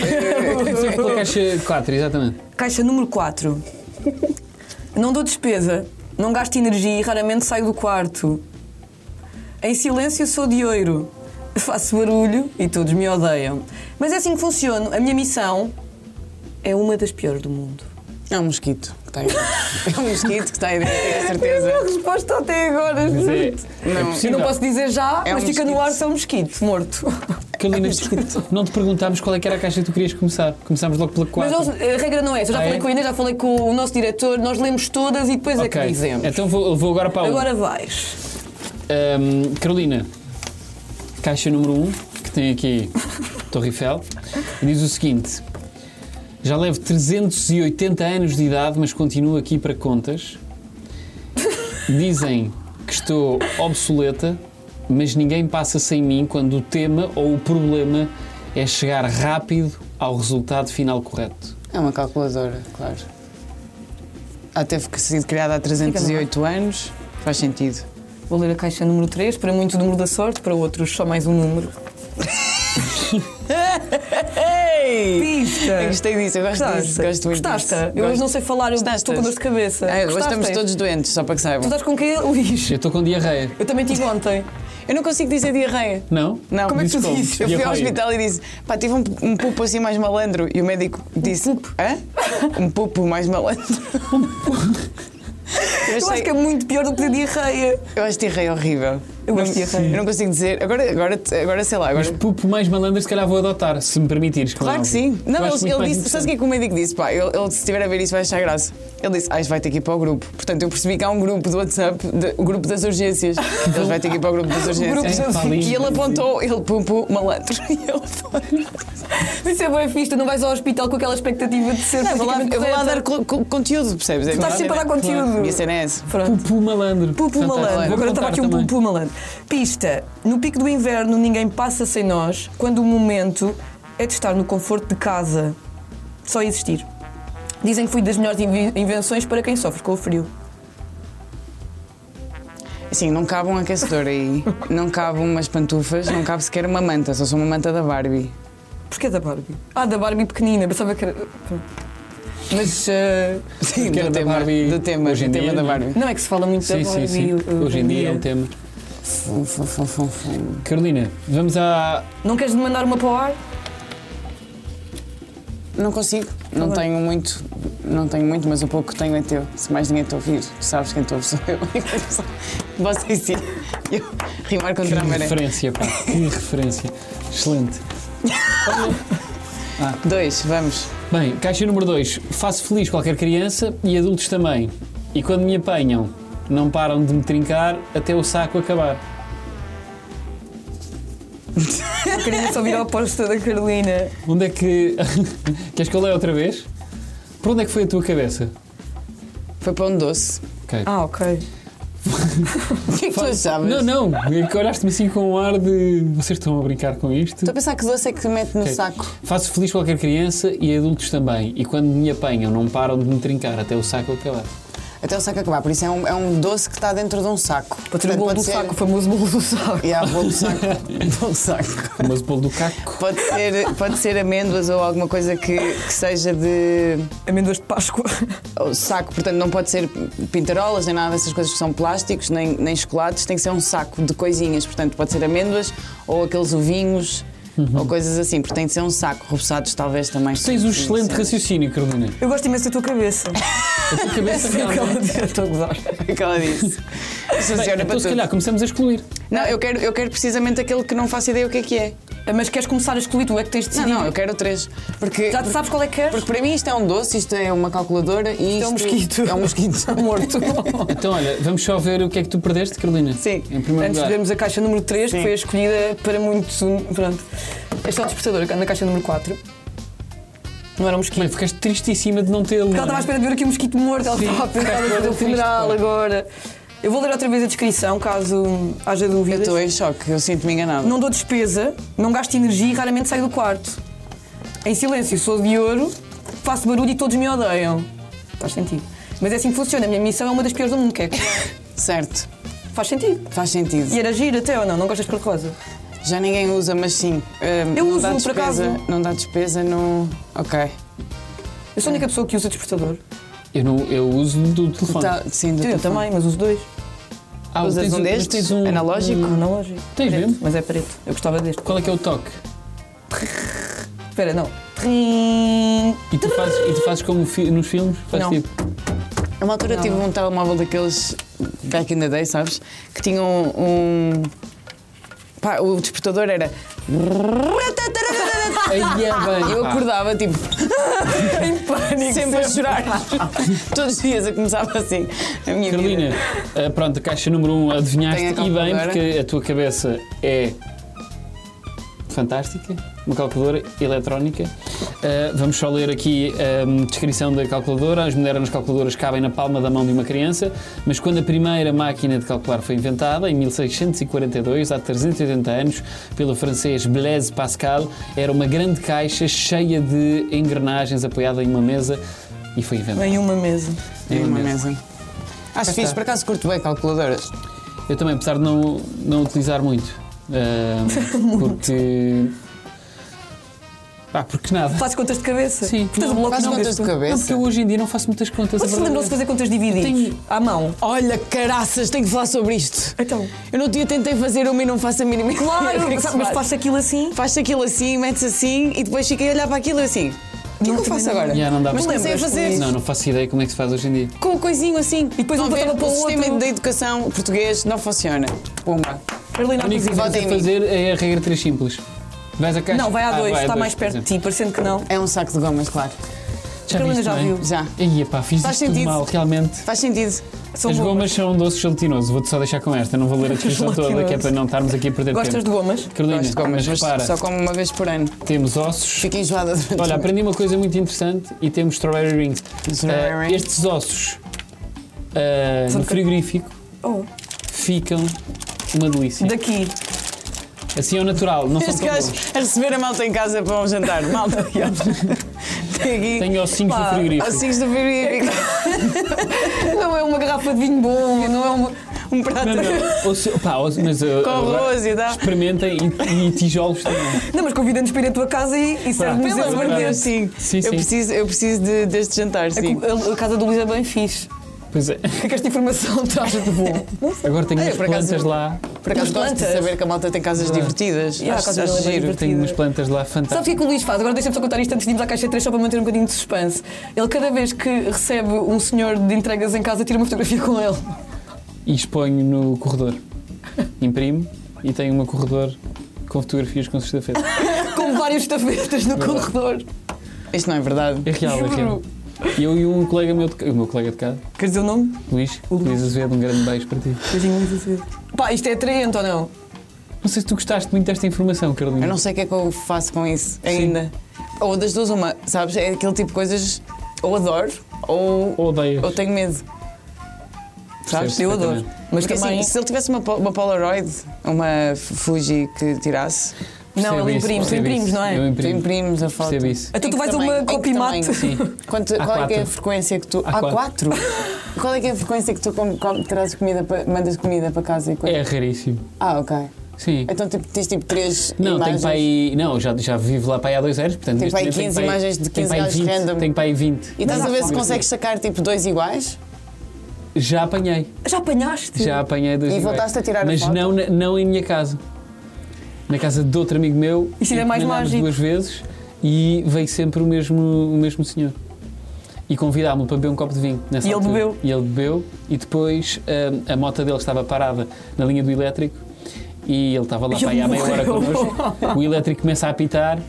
[SPEAKER 1] Começar pela caixa 4, exatamente.
[SPEAKER 2] Caixa número 4. Não dou despesa, não gasto energia e raramente saio do quarto. Em silêncio sou de ouro. Faço barulho e todos me odeiam. Mas é assim que funciono. A minha missão é uma das piores do mundo.
[SPEAKER 3] É um mosquito que está aí. É um mosquito que está aí dentro, tenho a certeza.
[SPEAKER 2] É a minha resposta até agora,
[SPEAKER 1] Mas é,
[SPEAKER 2] juro-te.
[SPEAKER 1] é
[SPEAKER 3] Não,
[SPEAKER 2] Eu
[SPEAKER 1] possível.
[SPEAKER 2] não posso dizer já,
[SPEAKER 3] É um
[SPEAKER 2] mas fica no
[SPEAKER 3] mosquito.
[SPEAKER 2] ar se é um mosquito morto. [laughs]
[SPEAKER 1] Carolina, desculpe, não te perguntámos qual é que era a caixa que tu querias começar. Começámos logo pela
[SPEAKER 2] Mas
[SPEAKER 1] 4.
[SPEAKER 2] eles- a regra não é essa. Eu já
[SPEAKER 1] Ah,
[SPEAKER 2] falei
[SPEAKER 1] é?
[SPEAKER 2] com a Inês, já falei com o nosso diretor, nós lemos todas e depois é que dizemos.
[SPEAKER 1] Então vou, vou agora para a 1.
[SPEAKER 2] Agora vais.
[SPEAKER 1] Ahm, Ehm, Carolina, caixa número 1, que tem aqui Torre Eiffel, e diz o seguinte: Já levo 380 anos de idade, mas continuo aqui para contas. Dizem que estou obsoleta, mas ninguém passa sem mim quando o tema ou o problema é chegar rápido ao resultado final correto.
[SPEAKER 3] É uma calculadora, claro. Ela teve que ser criada há 308 anos. Faz sentido.
[SPEAKER 2] Vou ler a caixa número 3, para muitos o número da sorte, para outros só mais um número.
[SPEAKER 3] Ei!
[SPEAKER 2] [laughs] Pista!
[SPEAKER 3] Eu gostei disso, eu gosto disso. Gosto muito
[SPEAKER 2] Gostaste?
[SPEAKER 3] disso.
[SPEAKER 2] Eu hoje
[SPEAKER 3] Gosto.
[SPEAKER 2] não sei falar, eu
[SPEAKER 3] Gostaste?
[SPEAKER 2] estou com dor de cabeça.
[SPEAKER 3] Ah, hoje estamos
[SPEAKER 2] Gostaste?
[SPEAKER 3] todos doentes, só para que
[SPEAKER 2] Tu
[SPEAKER 3] saibam.
[SPEAKER 2] estás com quê, Luís?
[SPEAKER 1] Eu estou com diarreia.
[SPEAKER 2] Eu também tive ontem.
[SPEAKER 3] Eu não consigo dizer diarreia.
[SPEAKER 1] Não?
[SPEAKER 3] Não.
[SPEAKER 2] Como é que tu
[SPEAKER 1] Desculpe.
[SPEAKER 2] dizes?
[SPEAKER 3] Eu fui ao
[SPEAKER 1] Diarreia.
[SPEAKER 3] hospital e disse, pá, tive um, um pupo assim mais malandro. E o médico disse, hã? Um pupo mais malandro. [laughs] eu,
[SPEAKER 2] Eu acho
[SPEAKER 3] achei,
[SPEAKER 2] que é muito pior do que ter diarreia.
[SPEAKER 3] eu acho diarreia horrível.
[SPEAKER 2] Eu gosto de
[SPEAKER 3] Não-
[SPEAKER 2] diarreia.
[SPEAKER 3] Eu não consigo dizer. Agora, agora, agora sei lá.
[SPEAKER 1] Mas
[SPEAKER 3] Agora,
[SPEAKER 1] pupo mais malandro, se calhar vou adotar, se me permitires.
[SPEAKER 3] claro que sim. Não, ele, ele disse, sabes o que é que o médico disse? Pá, ele, ele, se estiver a ver isso vai achar graça. Ele disse, ah, isto vai ter que ir para o grupo. Portanto, eu percebi que há um grupo do WhatsApp, de- o grupo das urgências. Eles vai ter que ir para o grupo das
[SPEAKER 2] grupo
[SPEAKER 3] urgências.
[SPEAKER 2] das-
[SPEAKER 3] E ele apontou, ele pupo malandro. E ele [laughs]
[SPEAKER 2] Isso é bem fixe, tu não vais ao hospital com aquela expectativa de ser
[SPEAKER 3] Não, eu vou lá, eu vou lá dar
[SPEAKER 2] correta.
[SPEAKER 3] co- co- conteúdo, percebes? Tu
[SPEAKER 2] Estás sempre a dar conteúdo.
[SPEAKER 3] Minha cena é essa.
[SPEAKER 2] Pronto.
[SPEAKER 1] Pupu malandro.
[SPEAKER 2] Pupu
[SPEAKER 1] Fantástico.
[SPEAKER 2] malandro.
[SPEAKER 1] Vou
[SPEAKER 2] Agora
[SPEAKER 1] contar
[SPEAKER 2] estava aqui um
[SPEAKER 1] também.
[SPEAKER 2] pupu malandro. Pista. No pico do inverno, ninguém passa sem nós quando o momento é de estar no conforto de casa. Só existir. Dizem que fui das melhores invi- invenções para quem sofre com o frio.
[SPEAKER 3] Assim, não cabe um aquecedor aí, não cabe umas pantufas, não cabe sequer uma manta, só sou uma manta da Barbie.
[SPEAKER 2] Porquê da Barbie? Ah, da Barbie pequenina. Pensava que era... pronto. Mas... eh,
[SPEAKER 3] Sim,
[SPEAKER 1] Que era
[SPEAKER 3] do
[SPEAKER 1] da
[SPEAKER 3] tema,
[SPEAKER 1] Barbie
[SPEAKER 3] do tema,
[SPEAKER 1] hoje em
[SPEAKER 3] do tema
[SPEAKER 1] dia,
[SPEAKER 3] da
[SPEAKER 1] não é?
[SPEAKER 3] Barbie.
[SPEAKER 2] Não é que se fala muito
[SPEAKER 1] Sim,
[SPEAKER 2] da
[SPEAKER 1] sim,
[SPEAKER 2] Barbie.
[SPEAKER 1] sim.
[SPEAKER 2] eh,
[SPEAKER 1] Hoje em dia é um tema.
[SPEAKER 3] Fum, fum, fum, fum, fum.
[SPEAKER 1] Carolina, vamos à.
[SPEAKER 2] Não queres mandar uma para o [laughs] ar?
[SPEAKER 3] Não consigo, não
[SPEAKER 2] bem.
[SPEAKER 3] tenho muito, não tenho muito, mas o pouco que tenho é teu. Se mais ninguém te ouvir, tu sabes quem te ouve sou eu. [laughs] Vocês sim. Eu rimar
[SPEAKER 1] Que
[SPEAKER 3] contra a maré.
[SPEAKER 1] referência, pá. Que referência. Excelente.
[SPEAKER 3] Dois, vamos.
[SPEAKER 1] Bem, caixa número 2. Faço feliz qualquer criança e adultos também. E quando me apanham, não param de me trincar até o saco acabar.
[SPEAKER 2] Eu queria só vir ao posto da Carolina.
[SPEAKER 1] Onde é que. [laughs] Queres que eu leia outra vez? Por onde é que foi a tua cabeça?
[SPEAKER 3] Foi para um doce.
[SPEAKER 1] Ok.
[SPEAKER 2] Ah, ok.
[SPEAKER 3] O que é que [laughs] tu achavas?
[SPEAKER 1] Não, não, é que olhaste-me assim com um ar de vocês estão a brincar com isto.
[SPEAKER 3] Estou a pensar que doce é que mete no
[SPEAKER 1] Ok.
[SPEAKER 3] saco.
[SPEAKER 1] Faço feliz qualquer criança e adultos também. E quando me apanham, não param de me trincar até o saco acabar.
[SPEAKER 3] Até o saco acabar, por isso é um, é um doce que está dentro de um saco.
[SPEAKER 2] Pode ser o bolo do saco, o famoso bolo do saco.
[SPEAKER 3] Yeah, bolo do
[SPEAKER 1] [laughs]
[SPEAKER 3] saco. bolo do saco.
[SPEAKER 1] Mas o bolo do caco.
[SPEAKER 3] Pode ser, pode ser amêndoas ou alguma coisa que, que seja de
[SPEAKER 2] Amêndoas de Páscoa.
[SPEAKER 3] ou saco, portanto não pode ser pintarolas nem nada dessas coisas que são plásticos, nem, nem chocolates, tem que ser um saco de coisinhas, portanto pode ser amêndoas ou aqueles ovinhos ou coisas assim, portanto tem de ser um saco, roçados talvez também.
[SPEAKER 1] Uhum. Tu tens um excelente raciocínio, Carolina.
[SPEAKER 2] Eu gosto imenso da tua cabeça.
[SPEAKER 1] A tua cabeça
[SPEAKER 3] [laughs]
[SPEAKER 1] realmente.
[SPEAKER 2] Eu estou a gozar.
[SPEAKER 3] que ela disse.
[SPEAKER 1] Bem,
[SPEAKER 3] Funciona para
[SPEAKER 1] então, se
[SPEAKER 3] tudo.
[SPEAKER 1] calhar, começamos a
[SPEAKER 2] [laughs]
[SPEAKER 1] excluir.
[SPEAKER 3] Não, eu quero, eu quero precisamente aquele que não faço ideia o que é que é.
[SPEAKER 2] Mas queres começar a excluir? Tu é que tens de
[SPEAKER 3] Não,
[SPEAKER 2] decidir.
[SPEAKER 3] não, eu quero três. Porque,
[SPEAKER 2] Já te sabes qual é que queres?
[SPEAKER 3] porque para mim isto é um doce, isto é uma calculadora e isto
[SPEAKER 2] É um mosquito.
[SPEAKER 3] É um mosquito.
[SPEAKER 2] Morto.
[SPEAKER 1] Então, olha, vamos só ver o que é que tu perdeste, Carolina.
[SPEAKER 2] Sim.
[SPEAKER 1] Em primeiro
[SPEAKER 2] [laughs] Antes de
[SPEAKER 1] lugar.
[SPEAKER 2] vermos a caixa número 3,
[SPEAKER 3] Sim.
[SPEAKER 2] que foi a escolhida para muito. Pronto. Este é o despertador, que anda na caixa número 4. Não era um mosquito.
[SPEAKER 1] Bem, ficaste tristíssima de não é? tê-lo.
[SPEAKER 2] Porque ela estava à espera de ver aqui um mosquito morto, ela
[SPEAKER 1] Sim.
[SPEAKER 2] estava
[SPEAKER 1] [laughs]
[SPEAKER 2] a pensar em fazer o
[SPEAKER 1] Triste,
[SPEAKER 2] funeral
[SPEAKER 1] pá.
[SPEAKER 2] agora. Eu vou ler outra vez a descrição, caso haja
[SPEAKER 3] Eu
[SPEAKER 2] dúvidas.
[SPEAKER 3] estou em choque, eu sinto-me enganada.
[SPEAKER 2] Não dou despesa, não gasto energia e raramente saio do quarto. Em silêncio, sou de ouro, faço barulho e todos me odeiam. Faz sentido. Mas é assim que funciona, a minha missão é uma das piores do mundo, que é que
[SPEAKER 3] Certo,
[SPEAKER 2] faz sentido.
[SPEAKER 3] faz sentido.
[SPEAKER 2] E era giro até ou não? Não gostas de cor-de-rosa?
[SPEAKER 3] Já ninguém usa, mas sim. hum,
[SPEAKER 2] Eu
[SPEAKER 3] não dá
[SPEAKER 2] uso, por
[SPEAKER 3] despesa,
[SPEAKER 2] acaso.
[SPEAKER 3] Não dá despesa, não. Ok.
[SPEAKER 2] Eu sou a
[SPEAKER 1] É.
[SPEAKER 2] única pessoa que usa despertador.
[SPEAKER 1] Eu, não, eu uso do telefone.
[SPEAKER 3] Tá, sim, do
[SPEAKER 2] Eu,
[SPEAKER 3] telefone.
[SPEAKER 2] também, mas uso dois. Hum,
[SPEAKER 1] Ah,
[SPEAKER 3] Usas
[SPEAKER 1] tens
[SPEAKER 3] um
[SPEAKER 1] mas
[SPEAKER 3] destes?
[SPEAKER 1] Tens um,
[SPEAKER 3] Analógico?
[SPEAKER 1] um-
[SPEAKER 2] Analógico.
[SPEAKER 1] Tens
[SPEAKER 2] preto,
[SPEAKER 1] mesmo?
[SPEAKER 2] Mas é preto. Eu gostava deste.
[SPEAKER 1] Qual é que é o toque?
[SPEAKER 2] Espera, não. Trim.
[SPEAKER 1] E tu fazes, e tu fazes como fi- nos filmes? Fazes
[SPEAKER 2] Não.
[SPEAKER 1] tipo.
[SPEAKER 3] A uma altura
[SPEAKER 2] Não.
[SPEAKER 3] tive um telemóvel daqueles back in the day, sabes? Que tinha um. um- Pá, o despertador era.
[SPEAKER 1] Ai, é bem.
[SPEAKER 3] Eu
[SPEAKER 1] pá.
[SPEAKER 3] acordava, tipo, [laughs]
[SPEAKER 2] em pânico.
[SPEAKER 3] sempre a chorar. Todos os dias eu começava assim a minha
[SPEAKER 1] Carolina,
[SPEAKER 3] vida.
[SPEAKER 1] ah, pronto, a caixa número 1 um, adivinhaste
[SPEAKER 3] Tenho a
[SPEAKER 1] e bem,
[SPEAKER 3] calculadora.
[SPEAKER 1] porque a tua cabeça é fantástica, uma calculadora eletrónica. Ah, vamos só ler aqui a descrição da calculadora. As modernas calculadoras cabem na palma da mão de uma criança, mas quando a primeira máquina de calcular foi inventada, em 1642, há 380 anos, pelo francês Blaise Pascal, era uma grande caixa cheia de engrenagens apoiada em uma mesa e foi inventada.
[SPEAKER 2] Em uma mesa.
[SPEAKER 3] Em uma mesa.
[SPEAKER 1] Cá
[SPEAKER 3] Acho fixe,
[SPEAKER 1] está.
[SPEAKER 3] por acaso curto bem calculadoras.
[SPEAKER 1] Eu também, apesar de não, não utilizar muito.
[SPEAKER 2] [laughs]
[SPEAKER 1] ahm, porque. Pá, porque nada.
[SPEAKER 2] Fazes contas de cabeça?
[SPEAKER 1] Sim.
[SPEAKER 2] Portanto,
[SPEAKER 1] Não,
[SPEAKER 2] bloco
[SPEAKER 3] Faz
[SPEAKER 2] não.
[SPEAKER 3] contas de
[SPEAKER 1] Não,
[SPEAKER 3] cabeça.
[SPEAKER 1] porque eu hoje em dia não faço muitas contas. a
[SPEAKER 2] Vocês
[SPEAKER 1] verdade é
[SPEAKER 2] lembram-se de fazer contas divididas?
[SPEAKER 1] tenho-
[SPEAKER 2] À mão?
[SPEAKER 3] Olha, caraças, tenho que falar sobre isto.
[SPEAKER 2] Então.
[SPEAKER 3] Eu no dia tentei fazer uma e não faço a mínima ideia
[SPEAKER 2] Claro,
[SPEAKER 3] do que é que
[SPEAKER 2] [laughs]
[SPEAKER 3] se
[SPEAKER 2] sabe, mas
[SPEAKER 3] faz.
[SPEAKER 2] faço aquilo assim.
[SPEAKER 3] Faz aquilo assim, metes assim e depois fiquei a olhar para aquilo assim. O que é
[SPEAKER 2] Não,
[SPEAKER 3] que eu
[SPEAKER 2] também
[SPEAKER 3] faço
[SPEAKER 2] não.
[SPEAKER 3] agora?
[SPEAKER 1] Yeah, não dá
[SPEAKER 3] mas
[SPEAKER 1] para-
[SPEAKER 3] comecei a fazer
[SPEAKER 1] Não, não faço ideia como é que se faz hoje em dia.
[SPEAKER 3] com o coisinho assim. E
[SPEAKER 2] depois um
[SPEAKER 3] ver,
[SPEAKER 2] passava para
[SPEAKER 3] o
[SPEAKER 2] o
[SPEAKER 3] sistema
[SPEAKER 2] outro.
[SPEAKER 3] da educação português não funciona. Pumba.
[SPEAKER 2] Carolina,
[SPEAKER 1] A única
[SPEAKER 2] apresenta.
[SPEAKER 1] coisa que
[SPEAKER 3] votem
[SPEAKER 1] tens
[SPEAKER 3] em
[SPEAKER 1] de fazer é a regra 3 simples. Vais à caixa.
[SPEAKER 2] Não, vai a
[SPEAKER 1] Ah,
[SPEAKER 2] dois, está
[SPEAKER 1] dois,
[SPEAKER 2] mais
[SPEAKER 1] por
[SPEAKER 2] perto de
[SPEAKER 1] exemplo.
[SPEAKER 2] ti, parecendo que não.
[SPEAKER 3] É um saco de gomas, claro.
[SPEAKER 1] Já
[SPEAKER 2] Carolina
[SPEAKER 1] viste,
[SPEAKER 2] já
[SPEAKER 1] não é?
[SPEAKER 2] viu.
[SPEAKER 3] Já.
[SPEAKER 1] Aí, pá, fiz
[SPEAKER 3] Faz
[SPEAKER 1] isto tudo
[SPEAKER 3] sentido.
[SPEAKER 1] mal, realmente.
[SPEAKER 3] Faz sentido.
[SPEAKER 2] São
[SPEAKER 1] As
[SPEAKER 2] boas.
[SPEAKER 1] gomas são um doce gelatinoso, vou-te só deixar com esta, não vou
[SPEAKER 2] [laughs]
[SPEAKER 1] ler a descrição toda, que é para não estarmos aqui a perder
[SPEAKER 2] Gostas de
[SPEAKER 1] tempo.
[SPEAKER 2] gomas?
[SPEAKER 1] Carolina,
[SPEAKER 3] Gosto de gomas,
[SPEAKER 1] mas
[SPEAKER 3] mas
[SPEAKER 1] repara,
[SPEAKER 3] só como uma vez por ano.
[SPEAKER 1] temos ossos,
[SPEAKER 3] Fico enjoada durante um
[SPEAKER 1] Olha,
[SPEAKER 3] o mês.
[SPEAKER 1] aprendi uma coisa muito interessante e temos strawberry rings.
[SPEAKER 3] Strawberry
[SPEAKER 1] Ah,
[SPEAKER 3] rings.
[SPEAKER 1] estes ossos ah,
[SPEAKER 2] São
[SPEAKER 1] no
[SPEAKER 2] de-
[SPEAKER 1] frigorífico
[SPEAKER 2] Oh,
[SPEAKER 1] ficam uma delícia.
[SPEAKER 2] daqui.
[SPEAKER 1] Assim ao natural, não são
[SPEAKER 3] Este
[SPEAKER 1] tão
[SPEAKER 3] gajo [laughs]
[SPEAKER 1] bons.
[SPEAKER 3] a receber a malta em casa para
[SPEAKER 1] [laughs]
[SPEAKER 3] um jantar. Malta, tem aqui
[SPEAKER 1] Tenho ossinhos
[SPEAKER 2] Pá,
[SPEAKER 1] no frigorífico.
[SPEAKER 3] ossinhos do frigorífico,
[SPEAKER 1] [laughs]
[SPEAKER 2] Não é uma garrafa de vinho bom, não é uma.
[SPEAKER 3] um prato
[SPEAKER 1] Não, não. Ossi- pá, ossi- mas, ah,
[SPEAKER 3] com
[SPEAKER 1] agora
[SPEAKER 3] arroz e dá.
[SPEAKER 1] experimentem e, e tijolos também.
[SPEAKER 2] Não, mas convida-nos para ir à tua casa e, e serve-nos
[SPEAKER 1] Pelo
[SPEAKER 2] esse
[SPEAKER 1] amor de
[SPEAKER 2] barbeiro.
[SPEAKER 1] Deus.
[SPEAKER 3] sim.
[SPEAKER 1] Sim, sim.
[SPEAKER 3] assim? Eu preciso, eu preciso de- deste jantar,
[SPEAKER 2] A
[SPEAKER 3] sim.
[SPEAKER 2] co- A, a casa do Luís é bem fixe.
[SPEAKER 1] Pois é.
[SPEAKER 2] O que é que esta informação traz [laughs] de bom?
[SPEAKER 1] Agora tenho
[SPEAKER 3] Ah, eu
[SPEAKER 1] umas
[SPEAKER 3] por acaso-
[SPEAKER 1] plantas lá.
[SPEAKER 3] Por acaso
[SPEAKER 2] As
[SPEAKER 3] gosto de
[SPEAKER 2] plantas.
[SPEAKER 3] saber que a malta tem casas divertidas.
[SPEAKER 2] Yeah, a
[SPEAKER 3] acho,
[SPEAKER 2] casa
[SPEAKER 3] acho
[SPEAKER 2] dela é bem
[SPEAKER 3] giro.
[SPEAKER 2] divertida.
[SPEAKER 1] Tenho umas plantas lá
[SPEAKER 2] Sabe o que
[SPEAKER 1] fantásticas.
[SPEAKER 2] é que o Luís faz? Agora deixa-me só contar isto antes de irmos à caixa 3 só para manter um bocadinho de suspense. Ele cada vez que recebe um senhor de entregas em casa tira uma fotografia com [laughs] ele.
[SPEAKER 1] E exponho no corredor. Imprimo e tenho um corredor com fotografias com sexta-feira.
[SPEAKER 2] Com vários estafetas no
[SPEAKER 1] Verdade.
[SPEAKER 2] corredor.
[SPEAKER 3] Isto não é verdade.
[SPEAKER 1] É real, é real. E Eu e um colega meu, de, ca- o meu colega de casa,
[SPEAKER 2] Quer dizer o nome?
[SPEAKER 1] Luís, Luís Azevedo, um grande beijo para ti.
[SPEAKER 2] Beijinho, Luís Azevedo. Pá, isto é atraente ou não?
[SPEAKER 1] Não sei se tu gostaste muito desta informação, Carolina.
[SPEAKER 3] Eu não sei o que é que eu faço com isso ainda. Ou das duas, uma, sabes? É aquele tipo de coisas ou adoro ou,
[SPEAKER 1] Ou odeias.
[SPEAKER 3] ou tenho medo. sabes?
[SPEAKER 1] Percebo
[SPEAKER 2] Eu adoro.
[SPEAKER 1] perfeitamente.
[SPEAKER 2] Mas
[SPEAKER 3] Porque
[SPEAKER 2] também.
[SPEAKER 3] assim, se ele tivesse uma, pol- uma Polaroid, uma Fuji que tirasse,
[SPEAKER 2] Não,
[SPEAKER 1] Percebo
[SPEAKER 2] ele
[SPEAKER 1] isso,
[SPEAKER 2] imprime, tu
[SPEAKER 1] percebo
[SPEAKER 2] imprimes,
[SPEAKER 1] isso.
[SPEAKER 2] não é?
[SPEAKER 1] Eu
[SPEAKER 3] tu
[SPEAKER 1] imprimo.
[SPEAKER 3] imprimes a foto.
[SPEAKER 1] Percebo isso.
[SPEAKER 2] Então
[SPEAKER 3] Em
[SPEAKER 2] tu
[SPEAKER 3] que
[SPEAKER 2] vais a
[SPEAKER 3] tamanho?
[SPEAKER 2] uma
[SPEAKER 3] Em que
[SPEAKER 2] copy-mate.
[SPEAKER 3] tamanho?
[SPEAKER 1] Sim.
[SPEAKER 3] Quanto-
[SPEAKER 1] Há
[SPEAKER 3] qual é que é a
[SPEAKER 1] quatro.
[SPEAKER 3] frequência que tu.
[SPEAKER 1] Há
[SPEAKER 3] Há quatro? qual é que é a frequência que tu com- com- trazes comida para- mandas comida para casa e coisa?
[SPEAKER 1] É raríssimo.
[SPEAKER 3] Ah, ok.
[SPEAKER 1] Sim.
[SPEAKER 3] Então tipo, tens tipo três.
[SPEAKER 1] Não, tenho
[SPEAKER 3] imagens.
[SPEAKER 1] para aí. Não, já, já vivo lá para aí há dois anos, portanto.
[SPEAKER 3] Tem
[SPEAKER 1] neste
[SPEAKER 3] para aí
[SPEAKER 1] momento
[SPEAKER 3] 15
[SPEAKER 1] tenho para
[SPEAKER 3] imagens de
[SPEAKER 1] tenho
[SPEAKER 3] 15
[SPEAKER 1] para aí
[SPEAKER 3] gajos
[SPEAKER 1] 20,
[SPEAKER 3] random.
[SPEAKER 1] Tenho para aí 20.
[SPEAKER 3] E estás
[SPEAKER 2] Mas
[SPEAKER 3] a
[SPEAKER 2] há
[SPEAKER 3] ver se
[SPEAKER 1] fome.
[SPEAKER 3] consegues sacar tipo dois iguais?
[SPEAKER 1] Já apanhei.
[SPEAKER 2] [laughs] Já apanhaste?
[SPEAKER 1] Já apanhei dois
[SPEAKER 3] E
[SPEAKER 1] iguais.
[SPEAKER 3] voltaste a tirar a
[SPEAKER 1] Mas
[SPEAKER 3] foto?
[SPEAKER 1] não, na- não em minha casa. Na casa de outro amigo meu.
[SPEAKER 2] Isso ainda é mais
[SPEAKER 1] encomendámos
[SPEAKER 2] mágico.
[SPEAKER 1] duas vezes e veio sempre o mesmo, o mesmo senhor. E convidámo-lo para beber um copo de vinho. Nessa
[SPEAKER 2] E ele
[SPEAKER 1] altura.
[SPEAKER 2] bebeu.
[SPEAKER 1] E ele bebeu. E depois hum, a moto dele estava parada na linha do elétrico e ele estava lá
[SPEAKER 2] E
[SPEAKER 1] para aí
[SPEAKER 2] ele
[SPEAKER 1] há meia hora
[SPEAKER 2] morreu.
[SPEAKER 1] connosco. O elétrico começa a apitar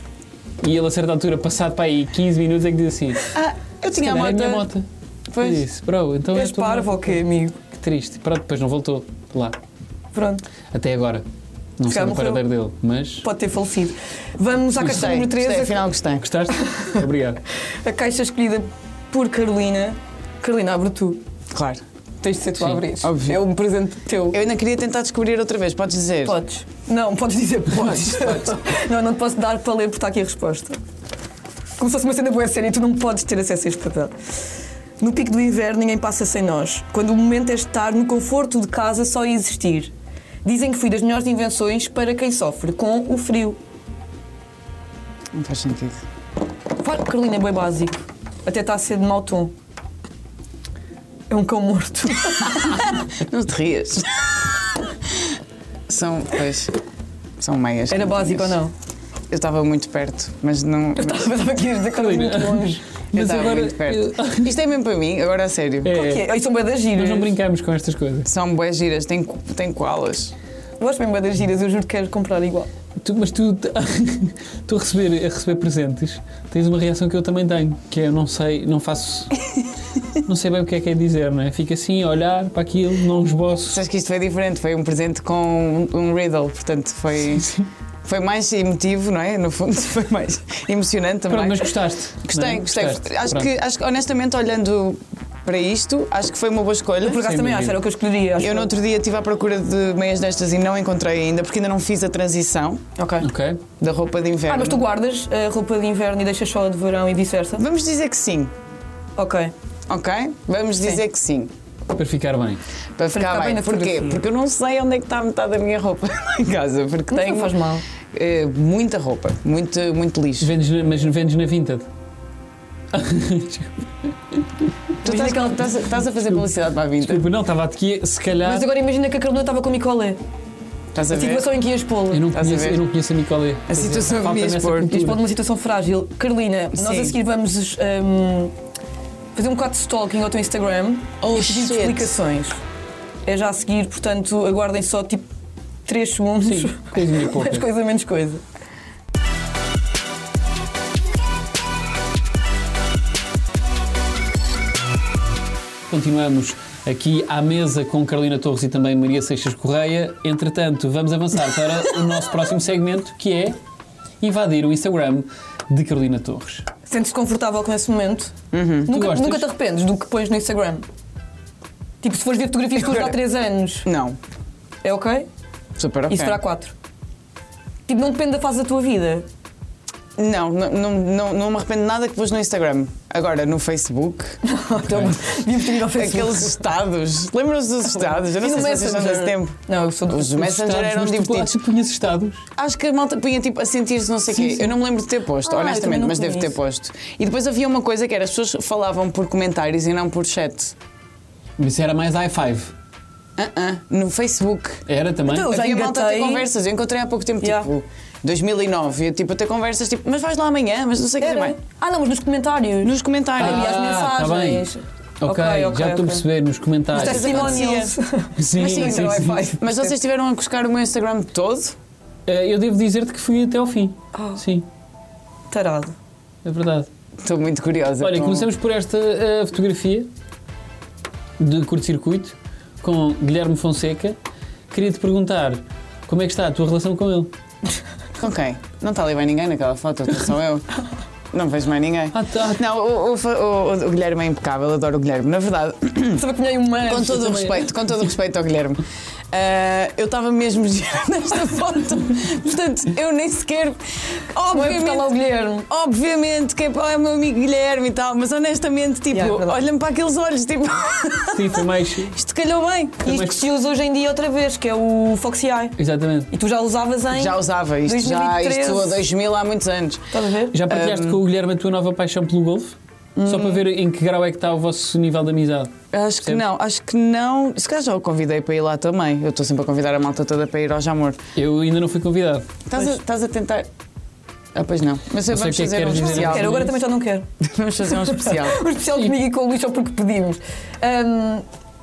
[SPEAKER 1] e ele, a certa altura, passado para aí 15 minutos, é que diz assim:
[SPEAKER 3] Ah, eu
[SPEAKER 1] "Se
[SPEAKER 3] tinha a
[SPEAKER 1] calhar é
[SPEAKER 3] moto.
[SPEAKER 1] a minha moto.
[SPEAKER 3] Pois.
[SPEAKER 1] Eu disse, bro, então é
[SPEAKER 2] És
[SPEAKER 1] a tua
[SPEAKER 2] parvo
[SPEAKER 1] moto."
[SPEAKER 2] ou quê, amigo?
[SPEAKER 1] Que triste. Pronto, depois não voltou lá.
[SPEAKER 2] Pronto,
[SPEAKER 1] Até agora. Não sei
[SPEAKER 2] calhar
[SPEAKER 1] o
[SPEAKER 2] morreu.
[SPEAKER 1] paradeiro dele, mas.
[SPEAKER 2] pode ter falecido. Vamos à caixa
[SPEAKER 3] Gostei,
[SPEAKER 2] número
[SPEAKER 3] gostei,
[SPEAKER 2] 3,
[SPEAKER 3] afinal gostei.
[SPEAKER 1] [laughs] Gostaste? Obrigado.
[SPEAKER 2] a, a caixa escolhida por Carolina. Carolina, abre tu.
[SPEAKER 3] Claro.
[SPEAKER 2] Tens de ser tu a
[SPEAKER 1] Sim,
[SPEAKER 2] abrir.
[SPEAKER 3] óbvio.
[SPEAKER 2] É um presente teu.
[SPEAKER 3] Eu ainda queria tentar descobrir outra vez, podes dizer?
[SPEAKER 2] Podes. Não, podes dizer [laughs] podes. não, não te posso dar para ler porque está aqui a resposta. Como se fosse uma cena boa séria e tu não podes ter acesso a este papel. No pico do inverno ninguém passa sem nós. Quando o momento é estar no conforto de casa só e existir. Dizem que fui das melhores invenções para quem sofre com o frio.
[SPEAKER 3] Não faz sentido.
[SPEAKER 2] Fala, Carolina, é bem básico. Até está a ser de mau tom. É um cão morto. [laughs]
[SPEAKER 3] Não te rias. São, pois, são meias.
[SPEAKER 2] Era básico ou não? [laughs]
[SPEAKER 3] Eu estava muito perto, mas não.
[SPEAKER 2] Eu estava- eu estava aqui a dizer que era muito longe.
[SPEAKER 3] Eu
[SPEAKER 1] Mas
[SPEAKER 3] estava
[SPEAKER 1] agora.
[SPEAKER 3] muito perto.
[SPEAKER 1] eu-
[SPEAKER 3] Isto é mesmo para mim, agora a sério.
[SPEAKER 1] É,
[SPEAKER 2] Qual que é? Ai, são bué das giras.
[SPEAKER 1] Nós não brincamos com estas coisas.
[SPEAKER 3] São boas giras, tem, co- tem koalas.
[SPEAKER 2] Gosto mesmo bué das giras, eu juro que quero comprar igual.
[SPEAKER 1] Tu- mas tu, [laughs] tu a, receber, a receber presentes, tens uma reação que eu também tenho, que é eu não sei, não faço. [laughs] Não sei bem o que é que é dizer, não é? Fico assim a olhar para aquilo, não esboço.
[SPEAKER 3] Sabes que isto foi diferente, foi um presente com um, um riddle, portanto foi,
[SPEAKER 1] Sim.
[SPEAKER 3] foi mais emotivo, não é? No fundo, [laughs] foi mais emocionante também.
[SPEAKER 1] Pronto, mas gostaste. não
[SPEAKER 3] gostei,
[SPEAKER 1] é?
[SPEAKER 3] gostei.
[SPEAKER 1] Gostaste.
[SPEAKER 3] Acho
[SPEAKER 1] Pronto.
[SPEAKER 3] que, acho que, honestamente, olhando para isto, acho que foi uma boa escolha.
[SPEAKER 2] Eu por acaso
[SPEAKER 1] Sem
[SPEAKER 2] também
[SPEAKER 1] dúvida.
[SPEAKER 2] acho, era o que eu escolheria. acho
[SPEAKER 3] Eu no
[SPEAKER 2] que-
[SPEAKER 3] outro dia estive à procura de meias destas e não encontrei ainda, porque ainda não fiz a transição
[SPEAKER 2] Ok.
[SPEAKER 1] Ok.
[SPEAKER 3] da roupa de inverno.
[SPEAKER 2] Ah, mas tu guardas a roupa de inverno e deixas só a de verão e vice-versa?
[SPEAKER 3] Vamos dizer que sim,
[SPEAKER 2] Ok.
[SPEAKER 3] ok? Vamos dizer que sim.
[SPEAKER 1] Para ficar bem.
[SPEAKER 3] Para ficar,
[SPEAKER 2] ficar bem
[SPEAKER 3] bem.
[SPEAKER 2] na
[SPEAKER 3] Porquê?
[SPEAKER 2] fotografia.
[SPEAKER 3] Porque eu não sei onde é que está a metade da minha roupa [laughs] lá em casa, porque
[SPEAKER 2] Mas
[SPEAKER 3] tenho
[SPEAKER 2] não faz mal.
[SPEAKER 3] eh, muita roupa, muito, muito lixo.
[SPEAKER 1] Vendes na- mas vendes na Vinted. [laughs]
[SPEAKER 3] Tu estás,
[SPEAKER 2] Imagina
[SPEAKER 3] estás a- estás a fazer publicidade para a vinda.
[SPEAKER 1] Desculpa, não, estava aqui, se calhar.
[SPEAKER 2] Mas agora imagina que a Carolina estava com o Nicolé.
[SPEAKER 3] Estás a
[SPEAKER 2] A
[SPEAKER 3] ver?
[SPEAKER 2] situação em que ias pô-la.
[SPEAKER 1] Eu não,
[SPEAKER 3] Estás a
[SPEAKER 1] conheço,
[SPEAKER 3] ver?
[SPEAKER 1] eu não conheço a Nicolé. Quer dizer,
[SPEAKER 3] situação que
[SPEAKER 1] falta
[SPEAKER 3] me ias
[SPEAKER 1] nessa
[SPEAKER 3] pôr.
[SPEAKER 2] Ias
[SPEAKER 1] cultura.
[SPEAKER 2] pôr numa situação frágil. Carolina, nós
[SPEAKER 3] Sim.
[SPEAKER 2] a seguir vamos hum, fazer um bocado de stalking ao teu Instagram
[SPEAKER 3] Oh,
[SPEAKER 2] e pedir
[SPEAKER 3] shit.
[SPEAKER 2] explicações. É já a seguir, portanto, aguardem só tipo 3 segundos.
[SPEAKER 1] Sim, coisinha pouca.
[SPEAKER 2] [laughs] Mais coisa, menos coisa.
[SPEAKER 1] Continuamos aqui à mesa com Carolina Torres e também Maria Seixas Correia. Entretanto, vamos avançar para o nosso próximo segmento, que é invadir o Instagram de Carolina Torres.
[SPEAKER 2] Sentes-te confortável com esse momento?
[SPEAKER 3] Uhum.
[SPEAKER 2] Nunca,
[SPEAKER 1] gostas?
[SPEAKER 2] nunca te arrependes do que pões no Instagram? Tipo, se fores ver fotografias tuas há 3 anos,
[SPEAKER 3] Não,
[SPEAKER 2] é ok?
[SPEAKER 3] super ok.
[SPEAKER 2] Isso será 4. Tipo, não depende da fase da tua
[SPEAKER 3] [laughs]
[SPEAKER 2] vida.
[SPEAKER 3] Não, não, não, não, não me arrependo de nada que pus no Instagram. Agora, no Facebook,
[SPEAKER 2] Então, devíamos ter ido ao Facebook.
[SPEAKER 3] [laughs] aqueles estados. Lembram-se dos estados? Eu não
[SPEAKER 2] E no
[SPEAKER 3] sei se vocês estão nesse
[SPEAKER 2] Messenger?
[SPEAKER 3] tempo.
[SPEAKER 2] Não, eu sou do
[SPEAKER 3] Os Messenger
[SPEAKER 1] Estados,
[SPEAKER 3] eram
[SPEAKER 1] mas tu
[SPEAKER 3] divertidos.
[SPEAKER 1] acho que punhas estados.
[SPEAKER 3] Acho que a malta punha tipo a sentir-se não sei o quê. Eu não me lembro de ter posto,
[SPEAKER 2] Ah, eu também
[SPEAKER 3] honestamente,
[SPEAKER 2] não
[SPEAKER 3] mas
[SPEAKER 2] punha
[SPEAKER 3] devo ter
[SPEAKER 2] isso.
[SPEAKER 3] posto. E depois havia uma coisa que era as pessoas falavam por comentários e não por chat.
[SPEAKER 1] Mas isso era mais i5.
[SPEAKER 3] Ah, ah, no Facebook.
[SPEAKER 1] Era também?
[SPEAKER 2] Então, Eu já
[SPEAKER 3] havia malta a ter
[SPEAKER 2] engatei.
[SPEAKER 3] conversas. Eu encontrei há pouco tempo,
[SPEAKER 2] Yeah.
[SPEAKER 3] tipo 2009. Eu tipo a ter conversas tipo, mas vais lá amanhã, mas não sei o que
[SPEAKER 2] Era.
[SPEAKER 3] mais.
[SPEAKER 2] Ah, não, mas nos comentários.
[SPEAKER 3] Nos comentários.
[SPEAKER 2] Ah, e as
[SPEAKER 1] tá
[SPEAKER 2] mensagens.
[SPEAKER 1] bem.
[SPEAKER 3] Ah,
[SPEAKER 2] Ok,
[SPEAKER 1] ok,
[SPEAKER 2] ok,
[SPEAKER 1] já estou a
[SPEAKER 2] ok.
[SPEAKER 1] perceber nos
[SPEAKER 2] Os
[SPEAKER 1] comentários.
[SPEAKER 2] testimonials.
[SPEAKER 1] Sim,
[SPEAKER 2] [laughs] Mas sim,
[SPEAKER 1] sim,
[SPEAKER 2] era
[SPEAKER 1] sim.
[SPEAKER 2] Wi-Fi.
[SPEAKER 3] Mas vocês estiveram a buscar o meu Instagram todo?
[SPEAKER 1] Eh, Eu devo dizer-te que fui até ao fim.
[SPEAKER 2] Oh.
[SPEAKER 1] Sim,
[SPEAKER 2] Tarado.
[SPEAKER 1] é verdade.
[SPEAKER 3] Estou muito curiosa.
[SPEAKER 1] Olha,
[SPEAKER 3] com-
[SPEAKER 1] começamos por esta eh, fotografia de curto-circuito com Guilherme Fonseca. Queria te perguntar como é que está a tua relação com ele.
[SPEAKER 3] Com quem? Não está ali bem ninguém naquela foto, estou só eu. Não vejo mais ninguém.
[SPEAKER 1] Ah, tá.
[SPEAKER 3] Não, o, o Fa- o- o Guilherme é impecável, adoro o Guilherme.
[SPEAKER 2] [laughs]
[SPEAKER 3] Na verdade,
[SPEAKER 2] Estava que um manjo.
[SPEAKER 3] com todo o
[SPEAKER 1] também.
[SPEAKER 3] respeito, com todo o respeito ao Guilherme, ah, eu estava mesmo [laughs] girando nesta foto. Portanto, eu nem sequer.
[SPEAKER 2] Não é porque está lá o
[SPEAKER 3] Obviamente,
[SPEAKER 2] Guilherme.
[SPEAKER 3] obviamente que é, pá, é o meu amigo Guilherme e tal, mas honestamente, tipo,
[SPEAKER 2] Yeah, é verdade.
[SPEAKER 3] olha-me para aqueles olhos, tipo,
[SPEAKER 1] Sim,
[SPEAKER 3] [laughs]
[SPEAKER 1] foi mais.
[SPEAKER 3] isto calhou bem.
[SPEAKER 2] E isto que se usa hoje em dia outra vez, que é o Foxy Eye.
[SPEAKER 1] Exatamente.
[SPEAKER 2] E tu já usavas em.
[SPEAKER 3] [laughs] Já usava isto, já
[SPEAKER 2] 2013.
[SPEAKER 3] isto há 2000 há muitos anos.
[SPEAKER 2] Estás a ver?
[SPEAKER 1] Já partilhaste com o Guilherme a tua nova paixão pelo golfe? Só
[SPEAKER 3] Hum.
[SPEAKER 1] para ver em que grau é que está o vosso nível de amizade.
[SPEAKER 3] Acho que
[SPEAKER 1] Sempre.
[SPEAKER 3] não, acho que não. Se calhar já o convidei para ir lá também. Eu estou sempre a convidar a malta toda para ir ao Jamor.
[SPEAKER 1] Eu ainda não fui convidado.
[SPEAKER 3] Estás a, estás a tentar. Ah, pois não. Mas
[SPEAKER 1] Não sei o
[SPEAKER 3] vamos
[SPEAKER 1] que é que
[SPEAKER 3] fazer um
[SPEAKER 1] queres dizer.
[SPEAKER 3] especial.
[SPEAKER 2] Quero, agora também já não quero.
[SPEAKER 3] [laughs] Vamos fazer um especial.
[SPEAKER 2] Um especial comigo e com [laughs] o Luís só porque pedimos. Ahm,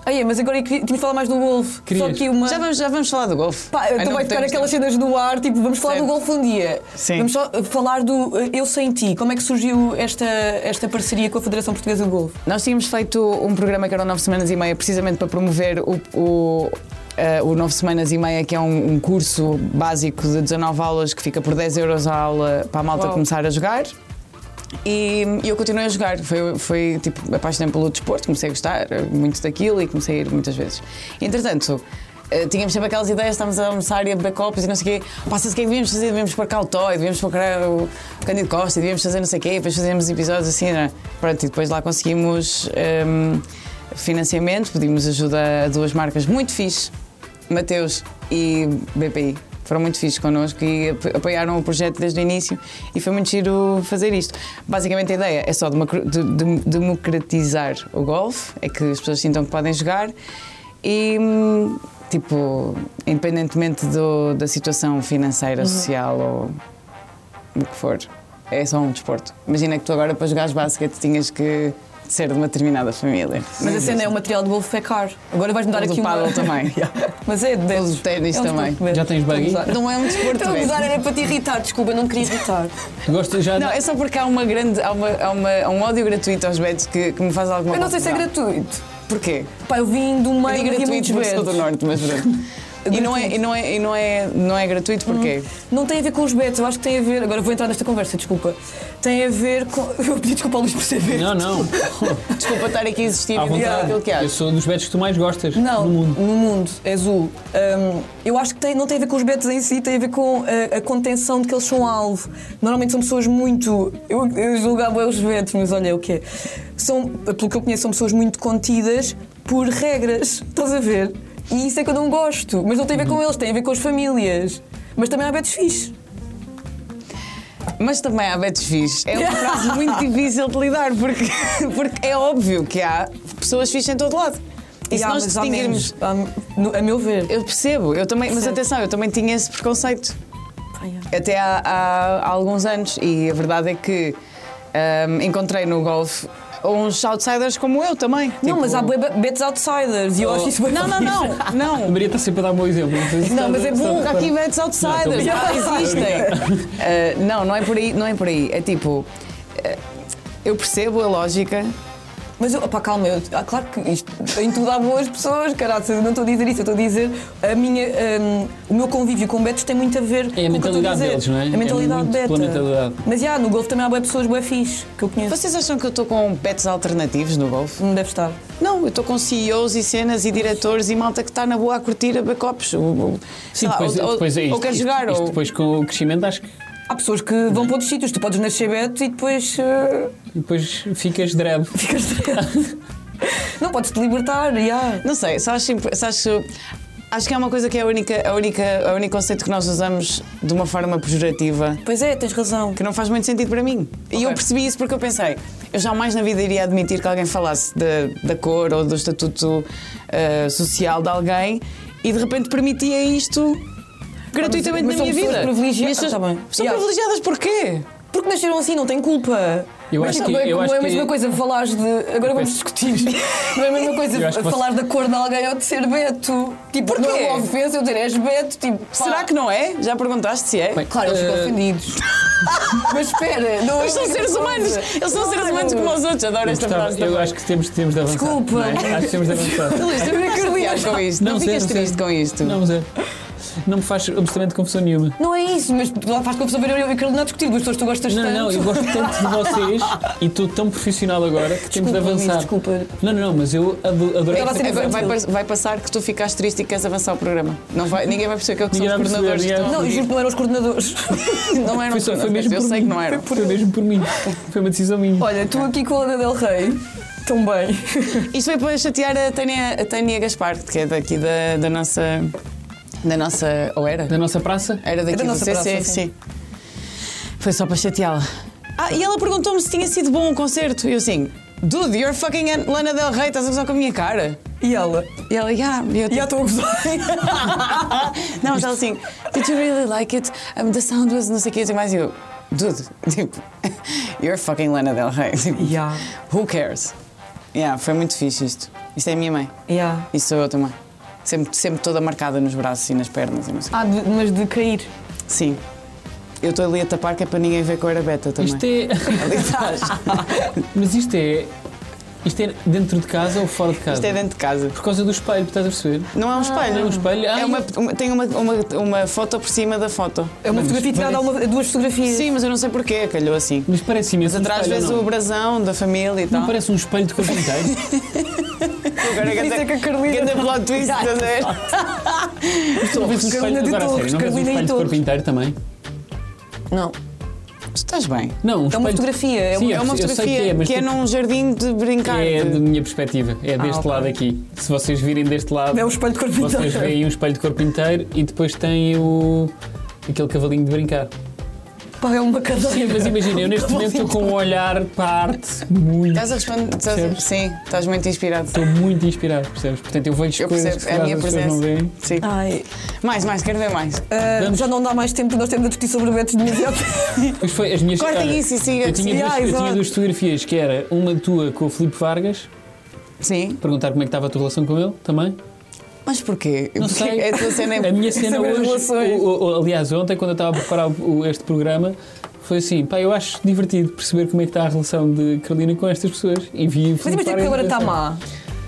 [SPEAKER 2] Ah, é, mas agora eu queria- tinha de falar mais do golfe. Só
[SPEAKER 1] Querias?
[SPEAKER 2] que uma.
[SPEAKER 3] já, vamos, já vamos falar do golfe.
[SPEAKER 2] Pá,
[SPEAKER 3] Ai,
[SPEAKER 2] então
[SPEAKER 3] não
[SPEAKER 2] vai ficar
[SPEAKER 3] temos
[SPEAKER 2] aquelas cenas no ar, tipo, vamos falar
[SPEAKER 3] Certo.
[SPEAKER 2] do golfe um dia.
[SPEAKER 3] Sim.
[SPEAKER 2] Vamos só eh, falar do eh, Eu Sem Ti. Como é que surgiu esta, esta parceria com a Federação Portuguesa de Golfe?
[SPEAKER 3] Nós tínhamos feito um programa que era o 9 semanas e meia, precisamente para promover o. o eh, o 9 semanas e meia, que é um, um curso básico de 19 aulas que fica por 10 euros a aula para a malta
[SPEAKER 2] Uau.
[SPEAKER 3] começar a jogar. E e eu continuei a jogar. Foi, foi tipo, apaixonei pelo desporto, comecei a gostar muito daquilo e comecei a ir muitas vezes. Entretanto. eh, Tínhamos sempre aquelas ideias, estávamos a almoçar e a beber copos e não sei o quê. Passa-se o que é que devíamos fazer? Devíamos pôr cá o Toy, devíamos pôr cá o Cândido Costa, devíamos fazer não sei o quê, e depois fazíamos episódios assim, né? Pronto, e depois lá conseguimos ehm, financiamento, pedimos ajuda a duas marcas muito fixe, Mateus e BPI. Foram muito fixos connosco e ap- apoiaram o projeto desde o início e foi muito giro fazer isto. Basicamente a ideia é só democr- de- de- democratizar o golfe, é que as pessoas sintam que podem jogar e hum, tipo, independentemente do- da situação financeira,
[SPEAKER 2] Uhum.
[SPEAKER 3] social ou o que for, é só um desporto. Imagina que tu agora para jogares basquete tinhas que ser de uma determinada família.
[SPEAKER 2] Mas a cena é o material de golfe é caro. Agora vais-me dar
[SPEAKER 3] O do
[SPEAKER 2] aqui uma.
[SPEAKER 3] pádel também.
[SPEAKER 2] [laughs] Mas é de
[SPEAKER 3] O do ténis
[SPEAKER 2] é um
[SPEAKER 3] também.
[SPEAKER 2] desporto,
[SPEAKER 1] Já tens buggy?
[SPEAKER 2] Estou a gozar.
[SPEAKER 3] Não é um desporto.
[SPEAKER 2] Estou a
[SPEAKER 3] Beto.
[SPEAKER 2] gozar, era para te irritar, desculpa, eu não queria
[SPEAKER 3] [laughs]
[SPEAKER 2] irritar.
[SPEAKER 1] Tu gostas já.
[SPEAKER 3] Não, é só porque há uma grande. Há uma, há uma- há um ódio gratuito aos betos que, que me faz alguma
[SPEAKER 2] Eu não sei se é
[SPEAKER 3] confusão.
[SPEAKER 2] gratuito. é
[SPEAKER 3] Porquê?
[SPEAKER 2] Pá, eu vim do
[SPEAKER 3] Eu
[SPEAKER 2] meio
[SPEAKER 3] digo
[SPEAKER 2] e havia muitos
[SPEAKER 3] gratuito porque sou do
[SPEAKER 2] betos.
[SPEAKER 3] norte, mas
[SPEAKER 2] [laughs]
[SPEAKER 3] pronto. E não é, e não é, e não é, não é gratuito porquê?
[SPEAKER 2] Não tem a ver com os betos, eu acho que tem a ver. Agora vou entrar nesta conversa, desculpa. Tem a ver com. [laughs] Eu pedi desculpa ao Luís por
[SPEAKER 3] é
[SPEAKER 2] saber.
[SPEAKER 1] Não,
[SPEAKER 3] [laughs]
[SPEAKER 1] não.
[SPEAKER 3] Desculpa estar aqui a existir
[SPEAKER 1] À
[SPEAKER 3] e dizer
[SPEAKER 1] vontade.
[SPEAKER 3] é aquilo que
[SPEAKER 1] Eu
[SPEAKER 3] acho.
[SPEAKER 1] sou dos betos que tu mais gostas
[SPEAKER 2] Não,
[SPEAKER 1] no mundo.
[SPEAKER 2] é azul. Hum, eu acho que tem- não tem a ver com os betos em si, tem a ver com a, a contenção de que eles são alvo. Normalmente são pessoas muito. Eu, eu julgava é os betos, mas olha o que é. São, pelo que eu conheço, são pessoas muito contidas por regras. Estás a ver? E isso é que eu não gosto. Mas não tem a ver com eles, tem a ver com as famílias. Mas também há betos fixes.
[SPEAKER 3] Mas também há betos fixes. É um frase
[SPEAKER 2] [laughs]
[SPEAKER 3] muito difícil de lidar porque, porque é óbvio que há pessoas fixes em todo lado. E se
[SPEAKER 2] há,
[SPEAKER 3] nós
[SPEAKER 2] mas há menos.
[SPEAKER 3] distinguirmos.
[SPEAKER 2] Há- no- a meu ver.
[SPEAKER 3] Eu percebo, eu também, mas
[SPEAKER 2] Percebo.
[SPEAKER 3] atenção, eu também tinha esse preconceito.
[SPEAKER 2] Ai, ai.
[SPEAKER 3] até há, há- há alguns anos. E a verdade é que ahm, encontrei no golfe uns outsiders como eu também.
[SPEAKER 2] Não,
[SPEAKER 3] Tipo, Oh.
[SPEAKER 2] mas há bué be- betos outsiders e eu acho isso bem
[SPEAKER 3] Não, não, não,
[SPEAKER 2] [laughs]
[SPEAKER 1] A
[SPEAKER 3] não.
[SPEAKER 1] Maria está sempre a dar um bom exemplo. Não, sei se
[SPEAKER 2] Não,
[SPEAKER 1] estás-
[SPEAKER 2] mas é bom,
[SPEAKER 1] estás a
[SPEAKER 3] Nunca
[SPEAKER 1] reparar.
[SPEAKER 3] aqui betos outsiders,
[SPEAKER 1] Não,
[SPEAKER 3] não
[SPEAKER 2] tô brincando. [laughs]
[SPEAKER 3] existem. Ah, não, não é por aí, não é por aí. É tipo. ah, eu percebo a lógica.
[SPEAKER 2] Mas, eu, opá, calma, eu, ah, claro que isto, em tudo há boas pessoas, caralho, eu não estou a dizer isso, eu estou a dizer a minha, hum, o meu convívio com betos tem muito a ver com o que eu estou
[SPEAKER 1] mentalidade
[SPEAKER 2] dizer.
[SPEAKER 1] deles, não é?
[SPEAKER 2] A
[SPEAKER 1] É
[SPEAKER 2] mentalidade
[SPEAKER 1] muito
[SPEAKER 2] beta.
[SPEAKER 1] pela mentalidade.
[SPEAKER 2] Mas, já, no golfe também há boas pessoas boas fixe, que eu conheço.
[SPEAKER 3] Vocês acham que eu estou com betos alternativos no golfe?
[SPEAKER 2] Não deve estar.
[SPEAKER 3] Não, eu estou com CEOs e cenas e diretores e malta que está na boa a curtir a backups.
[SPEAKER 1] Sim, depois,
[SPEAKER 3] ou,
[SPEAKER 1] depois é
[SPEAKER 3] ou
[SPEAKER 1] isto.
[SPEAKER 3] quer
[SPEAKER 1] isto-
[SPEAKER 3] jogar,
[SPEAKER 1] isto
[SPEAKER 3] ou
[SPEAKER 1] depois com o crescimento acho que
[SPEAKER 2] Há pessoas que vão para outros sítios, tu podes nascer beto e depois eh, [laughs]
[SPEAKER 1] depois ficas dreb.
[SPEAKER 2] ficas
[SPEAKER 1] [laughs]
[SPEAKER 2] Não, podes-te libertar, já.
[SPEAKER 3] Não sei, só acho, imp- só acho, acho que é uma coisa que é a única, a única, a único conceito que nós usamos de uma forma pejorativa
[SPEAKER 2] Pois é, tens razão.
[SPEAKER 3] que não faz muito sentido para mim. E eu
[SPEAKER 2] Ok.
[SPEAKER 3] percebi isso porque eu pensei, eu jamais na vida iria admitir que alguém falasse da, da cor ou do estatuto ah, social de alguém e de repente permitia isto gratuitamente
[SPEAKER 2] mas
[SPEAKER 3] na
[SPEAKER 2] são
[SPEAKER 3] minha
[SPEAKER 2] pessoas
[SPEAKER 3] vida.
[SPEAKER 2] privilegiadas.
[SPEAKER 3] E as pessoas-
[SPEAKER 2] Ah, tá bem.
[SPEAKER 3] São
[SPEAKER 2] Yeah.
[SPEAKER 3] privilegiadas porquê?
[SPEAKER 2] Porque nasceram assim, não tem culpa.
[SPEAKER 1] Eu
[SPEAKER 2] Mas
[SPEAKER 1] acho
[SPEAKER 2] não
[SPEAKER 1] que-
[SPEAKER 2] é
[SPEAKER 1] eu
[SPEAKER 2] como
[SPEAKER 1] acho
[SPEAKER 2] é a
[SPEAKER 1] que-
[SPEAKER 2] mesma coisa falares de. Agora vamos discutir. [laughs] Não é a mesma
[SPEAKER 1] Eu
[SPEAKER 2] coisa
[SPEAKER 1] acho que
[SPEAKER 2] falar da cor de alguém ou de ser Beto. Tipo,
[SPEAKER 3] Porquê?
[SPEAKER 2] não é uma ofensa eu dizer és Beto. Tipo, pá.
[SPEAKER 3] Será que não é? Já perguntaste se é?
[SPEAKER 1] Bem,
[SPEAKER 2] Claro, eles ficam
[SPEAKER 1] Eh,
[SPEAKER 2] ofendidos. Mas espera, não é
[SPEAKER 3] Eles são
[SPEAKER 2] uma
[SPEAKER 3] seres
[SPEAKER 2] coisa.
[SPEAKER 3] humanos! Eles são seres
[SPEAKER 2] Claro.
[SPEAKER 3] humanos como os outros, adoro
[SPEAKER 1] Eu,
[SPEAKER 3] esta
[SPEAKER 1] gostava-
[SPEAKER 3] frase.
[SPEAKER 1] eu
[SPEAKER 3] também.
[SPEAKER 1] acho que temos, temos de avançar.
[SPEAKER 2] Desculpa.
[SPEAKER 1] não
[SPEAKER 3] [laughs]
[SPEAKER 1] é? Acho que temos de avançar.
[SPEAKER 3] Luís, tu não ficas chateado com isto. Não,
[SPEAKER 1] sei,
[SPEAKER 3] ficas
[SPEAKER 1] sei.
[SPEAKER 3] triste com isto.
[SPEAKER 1] Não, mas é. não me faz absolutamente confusão nenhuma.
[SPEAKER 2] Não é isso, mas lá faz confusão ver eu e a Carolina a discutir, duas pessoas que tu gostas
[SPEAKER 1] Não,
[SPEAKER 2] tanto.
[SPEAKER 1] não, eu
[SPEAKER 2] [laughs]
[SPEAKER 1] gosto tanto de
[SPEAKER 3] [laughs]
[SPEAKER 1] vocês e estou tão profissional agora que temos de
[SPEAKER 2] Desculpa, Luís,
[SPEAKER 1] avançar.
[SPEAKER 2] desculpa.
[SPEAKER 1] Não, não, não, mas eu ado- adorei.
[SPEAKER 2] Estava a
[SPEAKER 1] essa
[SPEAKER 2] ser
[SPEAKER 1] conversa.
[SPEAKER 3] Vai, vai, vai passar que tu ficaste triste e queres avançar o programa. Não vai, ninguém vai perceber que eu que sou os
[SPEAKER 1] Ninguém vai
[SPEAKER 3] coordenadores.
[SPEAKER 1] perceber,
[SPEAKER 3] que
[SPEAKER 2] Não, eu juro que não eram
[SPEAKER 1] [laughs]
[SPEAKER 2] os coordenadores.
[SPEAKER 3] estão- não eram
[SPEAKER 1] Foi, só- foi
[SPEAKER 3] coordenadores,
[SPEAKER 1] mesmo
[SPEAKER 3] Eu
[SPEAKER 1] por
[SPEAKER 3] sei
[SPEAKER 1] mim.
[SPEAKER 3] que não eram.
[SPEAKER 1] Foi mesmo por mim. Foi uma decisão minha.
[SPEAKER 2] Olha, tu aqui com a Ana Del Rey, tão bem. [laughs]
[SPEAKER 3] Isto foi para chatear a Tânia, a Tânia Gaspar, que é daqui da, da nossa. da nossa. ou era?
[SPEAKER 1] Da nossa praça?
[SPEAKER 3] Era daqui
[SPEAKER 2] da nossa
[SPEAKER 3] CC,
[SPEAKER 2] praça, sim.
[SPEAKER 3] sim. Foi só para chateá-la. Ah, e ela perguntou-me se tinha sido bom o concerto. E eu assim, dude, you're fucking Lana Del Rey, estás a gozar com a minha cara.
[SPEAKER 2] E ela?
[SPEAKER 3] E ela, yeah, e eu
[SPEAKER 2] E a estou a gozar.
[SPEAKER 3] [laughs] Não, mas ela assim, did you really like it? Um, the sound was não sei o quê, e mais eu, dude, tipo, [laughs] you're fucking Lana Del Rey. Tipo,
[SPEAKER 2] Yeah.
[SPEAKER 3] Who cares? Yeah, foi muito fixe isto. Isto é a minha mãe.
[SPEAKER 2] Yeah.
[SPEAKER 3] Isso sou eu também. Sempre, sempre toda marcada nos braços e nas pernas e não sei o
[SPEAKER 2] Ah, de- mas de cair.
[SPEAKER 3] quê. Sim. Eu estou ali a tapar que é para ninguém ver que eu era beta também.
[SPEAKER 1] Isto é. [laughs]
[SPEAKER 3] [laughs] Ali estás.
[SPEAKER 1] Mas isto é. Isto é dentro de casa ou fora de casa?
[SPEAKER 3] Isto é dentro de casa.
[SPEAKER 1] Por causa do espelho, estás a perceber?
[SPEAKER 3] Não é um espelho.
[SPEAKER 1] não é um espelho. Ah,
[SPEAKER 3] É uma- uma- tem uma, uma, uma foto por cima da foto.
[SPEAKER 2] É uma
[SPEAKER 1] Vamos,
[SPEAKER 2] fotografia tirada a
[SPEAKER 1] vamos.
[SPEAKER 2] uma- a duas fotografias.
[SPEAKER 3] Sim, mas eu não sei porquê, calhou assim.
[SPEAKER 1] Mas parece imenso.
[SPEAKER 3] Mas atrás
[SPEAKER 1] um espelho,
[SPEAKER 3] vês
[SPEAKER 1] ou
[SPEAKER 3] o
[SPEAKER 1] não?
[SPEAKER 3] brasão da família e tal.
[SPEAKER 1] Não parece um espelho de
[SPEAKER 3] [laughs]
[SPEAKER 1] corpo inteiro?
[SPEAKER 3] Agora
[SPEAKER 2] Por isso é que a Carolina- [laughs]
[SPEAKER 3] Ganda plot
[SPEAKER 1] [laughs]
[SPEAKER 3] twist, estás a ver?
[SPEAKER 1] Não vês um espelho
[SPEAKER 2] Carolina de
[SPEAKER 1] agora, a
[SPEAKER 2] Torres,
[SPEAKER 1] sério, não vês um
[SPEAKER 2] Carolina
[SPEAKER 1] espelho de
[SPEAKER 2] de
[SPEAKER 1] corpo
[SPEAKER 2] Torres.
[SPEAKER 1] inteiro também?
[SPEAKER 2] Não.
[SPEAKER 3] Estás bem.
[SPEAKER 1] Não, um
[SPEAKER 2] É uma
[SPEAKER 1] espelho-
[SPEAKER 2] fotografia, é
[SPEAKER 1] Sim,
[SPEAKER 2] uma-
[SPEAKER 3] É uma
[SPEAKER 1] eu sei
[SPEAKER 3] fotografia
[SPEAKER 1] que é, mas tipo,
[SPEAKER 3] num jardim de brincar.
[SPEAKER 1] é
[SPEAKER 3] de- Ah,
[SPEAKER 1] da minha perspectiva, é deste
[SPEAKER 2] ok.
[SPEAKER 1] lado aqui. Se vocês virem deste lado,
[SPEAKER 2] É um espelho de corpo
[SPEAKER 1] vocês
[SPEAKER 2] inteiro.
[SPEAKER 1] veem um espelho de corpo inteiro e depois tem o aquele cavalinho de brincar.
[SPEAKER 2] Pá, é uma cadeira.
[SPEAKER 1] Sim, mas imagina, eu
[SPEAKER 3] [laughs]
[SPEAKER 1] neste momento estou com um olhar para a arte muito.
[SPEAKER 3] assim? Estás a responder. estás a-
[SPEAKER 1] Percebes?
[SPEAKER 3] Sim, estás muito inspirado.
[SPEAKER 1] Estou muito inspirado, percebes? Portanto, eu vejo
[SPEAKER 3] Eu
[SPEAKER 1] coisas
[SPEAKER 3] percebo,
[SPEAKER 1] que
[SPEAKER 3] é a minha
[SPEAKER 1] as pessoas não
[SPEAKER 3] presença.
[SPEAKER 1] veem.
[SPEAKER 3] Sim.
[SPEAKER 2] Ai,
[SPEAKER 3] Mais, mais, quero ver mais.
[SPEAKER 2] ah,
[SPEAKER 1] Vamos.
[SPEAKER 2] já não dá mais tempo, nós temos a discutir sobre betos de
[SPEAKER 1] [laughs]
[SPEAKER 2] imediato.
[SPEAKER 1] Pois foi, as minhas
[SPEAKER 3] Corta
[SPEAKER 1] olha,
[SPEAKER 3] isso e siga-
[SPEAKER 1] Eu tinha,
[SPEAKER 2] siga,
[SPEAKER 1] duas, eu
[SPEAKER 2] exato.
[SPEAKER 1] tinha duas fotografias que era uma tua com o Filipe Vargas,
[SPEAKER 3] Sim.
[SPEAKER 1] perguntar como é que estava a tua relação com ele também.
[SPEAKER 3] Mas porquê?
[SPEAKER 1] Não
[SPEAKER 3] Porque
[SPEAKER 1] sei.
[SPEAKER 3] É a tua cena. é-
[SPEAKER 1] A minha cena
[SPEAKER 2] Sobre as
[SPEAKER 1] hoje,
[SPEAKER 2] relações.
[SPEAKER 1] o- o- aliás, ontem quando eu estava a preparar o- este programa, foi assim, pá, eu acho divertido perceber como é que está a relação de Carolina com estas pessoas. E vi o
[SPEAKER 2] Mas
[SPEAKER 1] Filipe
[SPEAKER 2] imagina que
[SPEAKER 1] Vargas
[SPEAKER 2] agora
[SPEAKER 1] e
[SPEAKER 2] está
[SPEAKER 1] pensei,
[SPEAKER 2] má.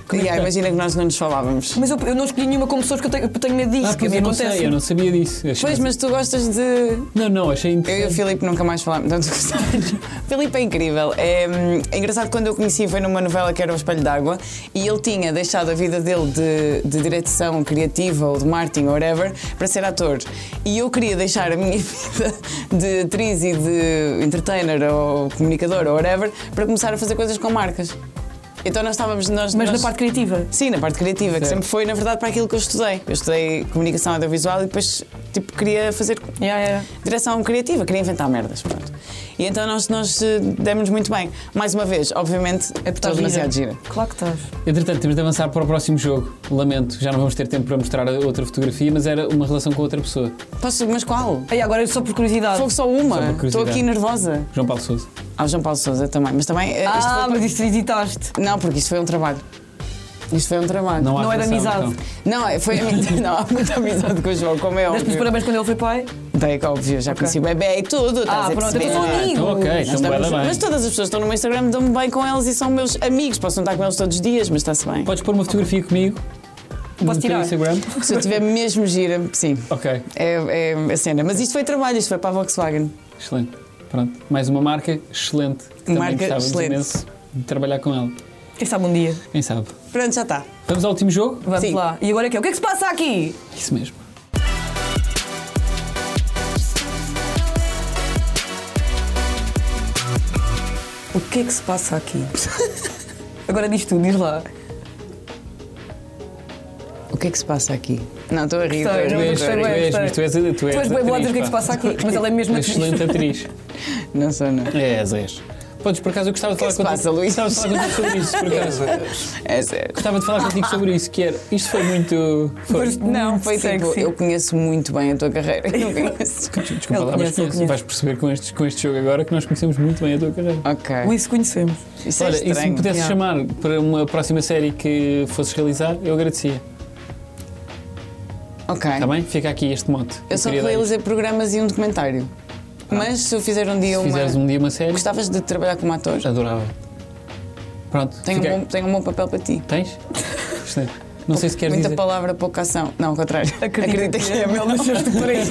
[SPEAKER 1] como é que
[SPEAKER 3] Yeah,
[SPEAKER 1] está?
[SPEAKER 3] imagina que nós não nos falávamos.
[SPEAKER 2] Mas eu, eu não escolhi nenhuma com pessoas que eu tenho, eu tenho medo disso,
[SPEAKER 1] Ah,
[SPEAKER 2] que a
[SPEAKER 1] pois
[SPEAKER 2] mim
[SPEAKER 1] eu não
[SPEAKER 2] acontece.
[SPEAKER 1] sei, eu não sabia disso. Achei-
[SPEAKER 3] Pois, mas tu gostas de.
[SPEAKER 1] Não, não, achei
[SPEAKER 3] Eu e o
[SPEAKER 1] interessante.
[SPEAKER 3] Filipe nunca mais falámos. Não, tu gostaste. Filipe é incrível. É, hum, é engraçado quando eu conheci foi numa novela que era O Espelho d'Água e ele tinha deixado a vida dele de, de direção criativa ou de marketing ou whatever para ser ator. E eu queria deixar a minha [laughs] vida de atriz e de entertainer ou comunicadora ou whatever para começar a fazer coisas com marcas. Então nós estávamos. Nós,
[SPEAKER 2] Mas
[SPEAKER 3] nós-
[SPEAKER 2] na parte criativa.
[SPEAKER 3] Sim, na parte criativa, que
[SPEAKER 1] Certo.
[SPEAKER 3] sempre foi, na verdade, para aquilo que eu estudei. Eu estudei comunicação audiovisual e depois, tipo, queria fazer
[SPEAKER 2] Yeah, yeah.
[SPEAKER 3] direção criativa, queria inventar merdas, pronto. E então nós, nós eh, demos muito bem. Mais uma vez, obviamente,
[SPEAKER 2] Tá
[SPEAKER 3] é estou demasiado gira.
[SPEAKER 2] Claro que estás.
[SPEAKER 1] Entretanto, temos de avançar para o próximo jogo. Lamento, já não vamos ter tempo para mostrar a outra fotografia, mas era uma relação com outra pessoa.
[SPEAKER 3] Posso, mas qual?
[SPEAKER 2] Aí agora é só por curiosidade.
[SPEAKER 3] Fogo só
[SPEAKER 1] Só
[SPEAKER 3] uma.
[SPEAKER 1] uma
[SPEAKER 3] Estou aqui
[SPEAKER 1] curiosidade.
[SPEAKER 3] nervosa.
[SPEAKER 1] João Paulo Sousa.
[SPEAKER 3] Ah, o João Paulo Souza também, mas também. eh, isto
[SPEAKER 2] Ah,
[SPEAKER 3] foi-
[SPEAKER 2] mas isto visitaste.
[SPEAKER 3] Não, porque isto foi um trabalho. Isto foi um trabalho.
[SPEAKER 1] Não há
[SPEAKER 2] Não era
[SPEAKER 1] relação,
[SPEAKER 2] amizade.
[SPEAKER 1] então.
[SPEAKER 3] Não, é- foi a minha. [laughs] Não, há muita amizade com o João, como é
[SPEAKER 2] Deste-nos
[SPEAKER 3] óbvio.
[SPEAKER 2] parabéns quando ele foi pai.
[SPEAKER 3] Dei, óbvio, já conheci o bebê e tudo. estás a
[SPEAKER 2] pronto,
[SPEAKER 3] perceber? é?
[SPEAKER 2] então são
[SPEAKER 1] Ah, então ok,
[SPEAKER 3] Nós
[SPEAKER 1] então bela
[SPEAKER 3] estamos-
[SPEAKER 1] bem.
[SPEAKER 3] Mas todas as pessoas que estão no meu Instagram dão-me bem com eles e são meus amigos. Posso não estar com eles todos os dias, mas está-se bem.
[SPEAKER 1] Podes pôr uma fotografia comigo? no
[SPEAKER 2] Posso
[SPEAKER 1] teu
[SPEAKER 2] tirar?
[SPEAKER 1] Instagram?
[SPEAKER 3] Se eu tiver mesmo gira, sim.
[SPEAKER 1] Ok,
[SPEAKER 3] É, é a cena. Mas isto foi trabalho, isto foi para a Volkswagen.
[SPEAKER 1] excelente. Pronto, mais uma marca excelente. que Também
[SPEAKER 3] Marca
[SPEAKER 1] gostávamos
[SPEAKER 3] excelente.
[SPEAKER 1] imenso de trabalhar com ela.
[SPEAKER 2] Quem sabe um dia.
[SPEAKER 1] Quem sabe?
[SPEAKER 3] Pronto, já está.
[SPEAKER 1] Vamos ao último jogo?
[SPEAKER 2] Vamos
[SPEAKER 3] Sim.
[SPEAKER 2] lá. E agora é que é? O que é que se passa aqui?
[SPEAKER 1] Isso mesmo.
[SPEAKER 2] O que é que se passa aqui? agora diz tu, diz lá.
[SPEAKER 3] O que é que se passa aqui? Não, estou a rir.
[SPEAKER 2] Gostei,
[SPEAKER 3] estou a rir,
[SPEAKER 2] não
[SPEAKER 1] és,
[SPEAKER 3] estou a
[SPEAKER 2] gostei
[SPEAKER 1] tu és, mas
[SPEAKER 2] bem, gostei.
[SPEAKER 3] rir.
[SPEAKER 1] tu és a- tu és
[SPEAKER 2] és bem boa a dizer o que é que se
[SPEAKER 1] atriz,
[SPEAKER 2] passa aqui. Mas ela é mesmo
[SPEAKER 1] Tu és
[SPEAKER 2] atriz.
[SPEAKER 1] excelente atriz. É,
[SPEAKER 3] Não sou, não.
[SPEAKER 1] És, és. Podes, por acaso, eu gostava de
[SPEAKER 3] que
[SPEAKER 1] falar
[SPEAKER 3] se
[SPEAKER 1] contigo.
[SPEAKER 3] passa, Luís?
[SPEAKER 1] Gostava de falar contigo sobre isso, por acaso.
[SPEAKER 3] [laughs] É sério.
[SPEAKER 1] Gostava de falar contigo sobre isso, que era. Isto foi muito. Foi.
[SPEAKER 2] Pois,
[SPEAKER 3] Não, foi
[SPEAKER 2] sexy.
[SPEAKER 3] tipo, eu conheço muito bem a tua carreira. Eu conheço.
[SPEAKER 1] Desculpa
[SPEAKER 2] Ele
[SPEAKER 1] lá, mas
[SPEAKER 2] conhece, ele
[SPEAKER 1] conhece.
[SPEAKER 2] conhece.
[SPEAKER 1] vais perceber com este, com este jogo agora que nós conhecemos muito bem a tua carreira.
[SPEAKER 3] Ok.
[SPEAKER 2] O isso conhecemos.
[SPEAKER 3] Isso é
[SPEAKER 1] Olha, e se me
[SPEAKER 3] estranho.
[SPEAKER 1] pudesse
[SPEAKER 2] yeah.
[SPEAKER 1] chamar para uma próxima série que fosses realizar, eu agradecia.
[SPEAKER 3] Ok.
[SPEAKER 1] Está Tá bem? Fica aqui este mote.
[SPEAKER 3] Eu só
[SPEAKER 1] queria dar isto.
[SPEAKER 3] realizei programas e um documentário. Mas se eu fizer um dia
[SPEAKER 1] Se fizeres
[SPEAKER 3] uma.
[SPEAKER 1] um dia uma série,
[SPEAKER 3] Gostavas de trabalhar como ator?
[SPEAKER 1] adorava. Pronto,
[SPEAKER 3] Tenho um
[SPEAKER 1] fica-
[SPEAKER 3] bom- tenho um bom papel para ti.
[SPEAKER 1] Tens? Excelente. Não sei se quer
[SPEAKER 3] Muita
[SPEAKER 1] dizer.
[SPEAKER 3] palavra, pouca ação. Não, ao contrário.
[SPEAKER 2] Acredita
[SPEAKER 3] que é meu, não seja
[SPEAKER 1] [laughs]
[SPEAKER 3] por aí.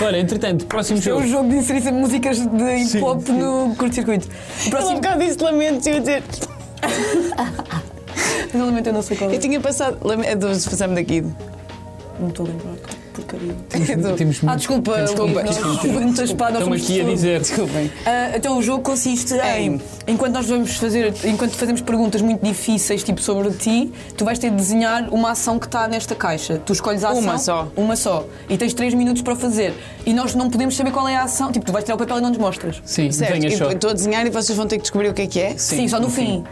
[SPEAKER 1] [laughs] Olha, entretanto, próximo
[SPEAKER 2] É um
[SPEAKER 1] jogo.
[SPEAKER 2] jogo de inserção de músicas de
[SPEAKER 1] Sim,
[SPEAKER 2] hip hop
[SPEAKER 1] sim.
[SPEAKER 2] no curto-circuito. O
[SPEAKER 3] Há um
[SPEAKER 2] próximo
[SPEAKER 3] bocado disse lamentos e eu ia dizer.
[SPEAKER 2] realmente eu não sei qual é.
[SPEAKER 3] Eu tinha passado. Lame- é do Desfaçamos daqui.
[SPEAKER 2] Não estou a lembrar. Porcaria.
[SPEAKER 3] É [laughs] do-
[SPEAKER 1] Temos
[SPEAKER 2] Ah, desculpa,
[SPEAKER 3] Desculpa.
[SPEAKER 2] desculpa. Muita espada,
[SPEAKER 1] Estão
[SPEAKER 2] fomos
[SPEAKER 1] aqui a
[SPEAKER 2] tudo.
[SPEAKER 1] dizer.
[SPEAKER 3] Desculpem.
[SPEAKER 2] Ah, então o jogo consiste em,
[SPEAKER 3] Em-
[SPEAKER 2] enquanto nós vamos fazer, enquanto fazemos perguntas muito difíceis, tipo sobre ti, tu vais ter de desenhar uma ação que está nesta caixa. Tu escolhes a ação.
[SPEAKER 3] Uma só.
[SPEAKER 2] Uma só. E tens 3 minutos para fazer. E nós não podemos saber qual é a ação. Tipo, tu vais tirar o papel e não nos mostras.
[SPEAKER 1] Sim,
[SPEAKER 3] Certo,
[SPEAKER 1] venha
[SPEAKER 3] e
[SPEAKER 1] só.
[SPEAKER 3] eu estou a desenhar e vocês vão ter que descobrir o que é que é.
[SPEAKER 2] Sim, só no fim.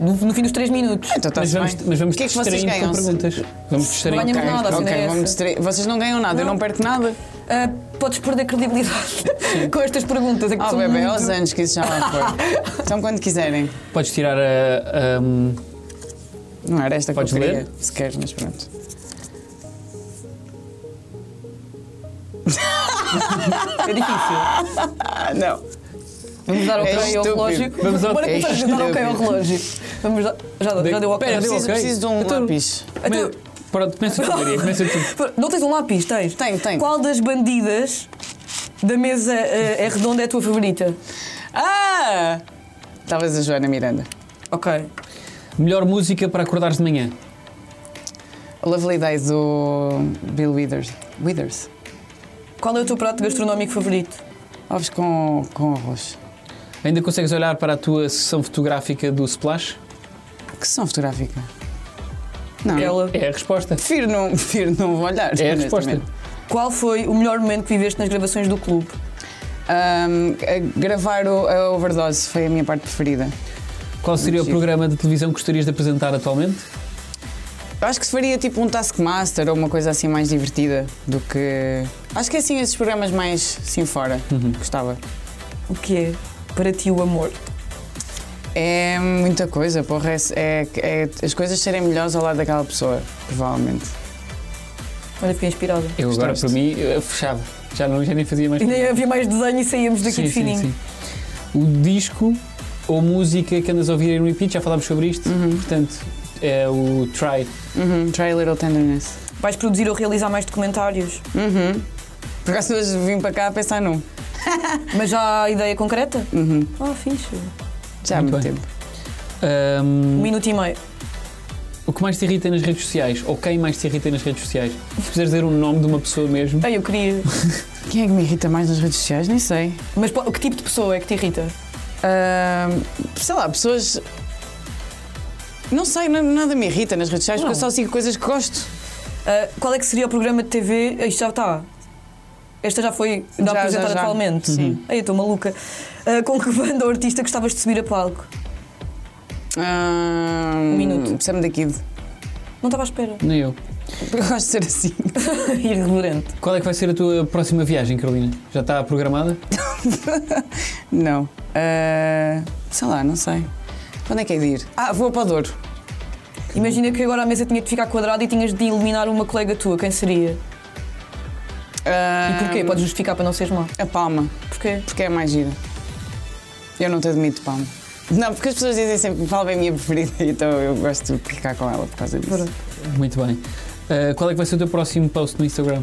[SPEAKER 2] No, no fim dos 3 minutos.
[SPEAKER 3] Então está
[SPEAKER 1] Mas vamos, mas vamos
[SPEAKER 3] o que é que vocês
[SPEAKER 1] distraindo com
[SPEAKER 3] ganham?
[SPEAKER 1] perguntas. Vamos distraindo.
[SPEAKER 2] Ganhamos nada, a
[SPEAKER 3] Ok,
[SPEAKER 2] cena é
[SPEAKER 3] vamos
[SPEAKER 2] essa.
[SPEAKER 3] distrair. Vocês não ganham nada, eu não perco nada.
[SPEAKER 2] Ah, podes perder credibilidade [laughs] com estas perguntas. É que
[SPEAKER 3] Ah,
[SPEAKER 2] são
[SPEAKER 3] bebê,
[SPEAKER 2] muito-
[SPEAKER 3] aos anos que isso já lá foi. então, quando quiserem.
[SPEAKER 1] Podes tirar a. um, a-
[SPEAKER 3] Não era esta que
[SPEAKER 1] Podes
[SPEAKER 3] eu queria,
[SPEAKER 1] ler?
[SPEAKER 3] se queres, mas pronto.
[SPEAKER 2] É difícil.
[SPEAKER 3] Ah, não.
[SPEAKER 2] Vamos dar ok
[SPEAKER 3] É
[SPEAKER 2] ao
[SPEAKER 3] estúpido.
[SPEAKER 2] relógio.
[SPEAKER 1] Vamos ao-
[SPEAKER 2] Bora
[SPEAKER 1] é
[SPEAKER 3] [laughs]
[SPEAKER 2] começar a dar ok ao
[SPEAKER 3] estúpido.
[SPEAKER 2] relógio. Vamos já, já, deu- já deu ok.
[SPEAKER 1] Pera, deu
[SPEAKER 3] Preciso,
[SPEAKER 1] ok.
[SPEAKER 3] preciso de um
[SPEAKER 1] Então-
[SPEAKER 3] lápis.
[SPEAKER 2] Então-
[SPEAKER 1] Mas- Pronto, começa tu, Maria, começa tu.
[SPEAKER 2] Não tens um lápis? Tens?
[SPEAKER 3] Tenho, tenho.
[SPEAKER 2] Qual das bandidas da mesa eh, é redonda é a tua favorita?
[SPEAKER 3] Ah! Talvez a Joana Miranda.
[SPEAKER 2] Ok.
[SPEAKER 1] Melhor música para acordares de manhã.
[SPEAKER 3] A Lovely Days do Bill Withers. Withers.
[SPEAKER 2] Qual é o teu prato gastronómico favorito?
[SPEAKER 3] Ovos com, com arroz.
[SPEAKER 1] Ainda consegues olhar para a tua sessão fotográfica do Splash?
[SPEAKER 3] Que sessão fotográfica? Não.
[SPEAKER 2] Ela.
[SPEAKER 1] É a resposta.
[SPEAKER 3] Prefiro não, [laughs] prefiro não olhar.
[SPEAKER 1] É a resposta.
[SPEAKER 3] honestamente.
[SPEAKER 2] Qual foi o melhor momento que viveste nas gravações do clube?
[SPEAKER 3] Ahm, a gravar o, a overdose foi a minha parte preferida.
[SPEAKER 1] Qual seria o
[SPEAKER 3] Sim.
[SPEAKER 1] programa de televisão que gostarias de apresentar atualmente?
[SPEAKER 3] Eu Acho que se faria tipo um Taskmaster ou uma coisa assim mais divertida do que. Acho que é assim esses programas mais assim fora. Gostava.
[SPEAKER 2] O que é para ti o amor?
[SPEAKER 3] É muita coisa, porra. É, é- é as coisas serem melhores ao lado daquela pessoa, provavelmente.
[SPEAKER 2] Olha, fiquei inspirada.
[SPEAKER 1] Eu agora,
[SPEAKER 3] Gostaste?
[SPEAKER 1] para mim, eu fechava. Já, não, já nem fazia mais.
[SPEAKER 2] E nem havia mais desenho e saímos daqui
[SPEAKER 1] Sim,
[SPEAKER 2] de
[SPEAKER 1] sim,
[SPEAKER 2] fininho.
[SPEAKER 1] sim. O disco ou música que andas a ouvir em repeat, já falámos sobre isto. Portanto, é o Try.
[SPEAKER 3] Uhum. Try a little tenderness.
[SPEAKER 2] Vais produzir ou realizar mais documentários?
[SPEAKER 3] Uhum. Por acaso hoje vim para cá a pensar num.
[SPEAKER 2] Mas já há ideia concreta?
[SPEAKER 3] Uhum.
[SPEAKER 2] Ah, fixe.
[SPEAKER 3] Já há
[SPEAKER 1] Muito
[SPEAKER 3] muito
[SPEAKER 1] bem.
[SPEAKER 3] tempo.
[SPEAKER 1] Ahm,
[SPEAKER 2] Um minuto e meio.
[SPEAKER 1] o que mais te irrita nas redes sociais? Ou quem mais te irrita nas redes sociais? Se quiseres dizer o nome de uma pessoa mesmo.
[SPEAKER 2] Ei, eu queria.
[SPEAKER 3] Quem é que me irrita mais nas redes sociais? Nem sei.
[SPEAKER 2] Mas po- que tipo de pessoa é que te irrita?
[SPEAKER 3] Ahm, sei lá, pessoas. Não sei, na- nada me irrita nas redes sociais
[SPEAKER 2] Não.
[SPEAKER 3] porque eu só sigo coisas que gosto.
[SPEAKER 2] Ah, qual é que seria o programa de TV? Ah, Isto já está. Esta já foi da
[SPEAKER 3] Já,
[SPEAKER 2] apresentada
[SPEAKER 3] já, já.
[SPEAKER 2] atualmente.
[SPEAKER 3] Sim.
[SPEAKER 2] Ai, eu estou maluca. Ah, com que banda ou artista gostavas de subir a palco?
[SPEAKER 3] Um,
[SPEAKER 2] Um minuto.
[SPEAKER 3] Sam da Kid.
[SPEAKER 2] Não estava à espera. [laughs]
[SPEAKER 1] Nem eu.
[SPEAKER 3] [laughs] Porque eu gosto de ser assim.
[SPEAKER 2] Irreverente.
[SPEAKER 1] Qual é que vai ser a tua próxima viagem, Carolina? Já está programada?
[SPEAKER 3] Não. Ah, sei lá, não sei. Para onde é que é de ir? Ah, vou para o Douro.
[SPEAKER 2] Imagina que agora a mesa tinha de ficar quadrada e tinhas de eliminar uma colega tua. Quem seria?
[SPEAKER 3] Ah,
[SPEAKER 2] E porquê? Podes justificar para não seres má.
[SPEAKER 3] A Palma,
[SPEAKER 2] Porquê?
[SPEAKER 3] porque é mais gira. Eu não te admito Palma. Não, porque as pessoas dizem sempre que Palma é a minha preferida, [laughs] então eu gosto de ficar com ela por causa disso.
[SPEAKER 1] Muito bem. Ah, qual é que vai ser o teu próximo post no Instagram?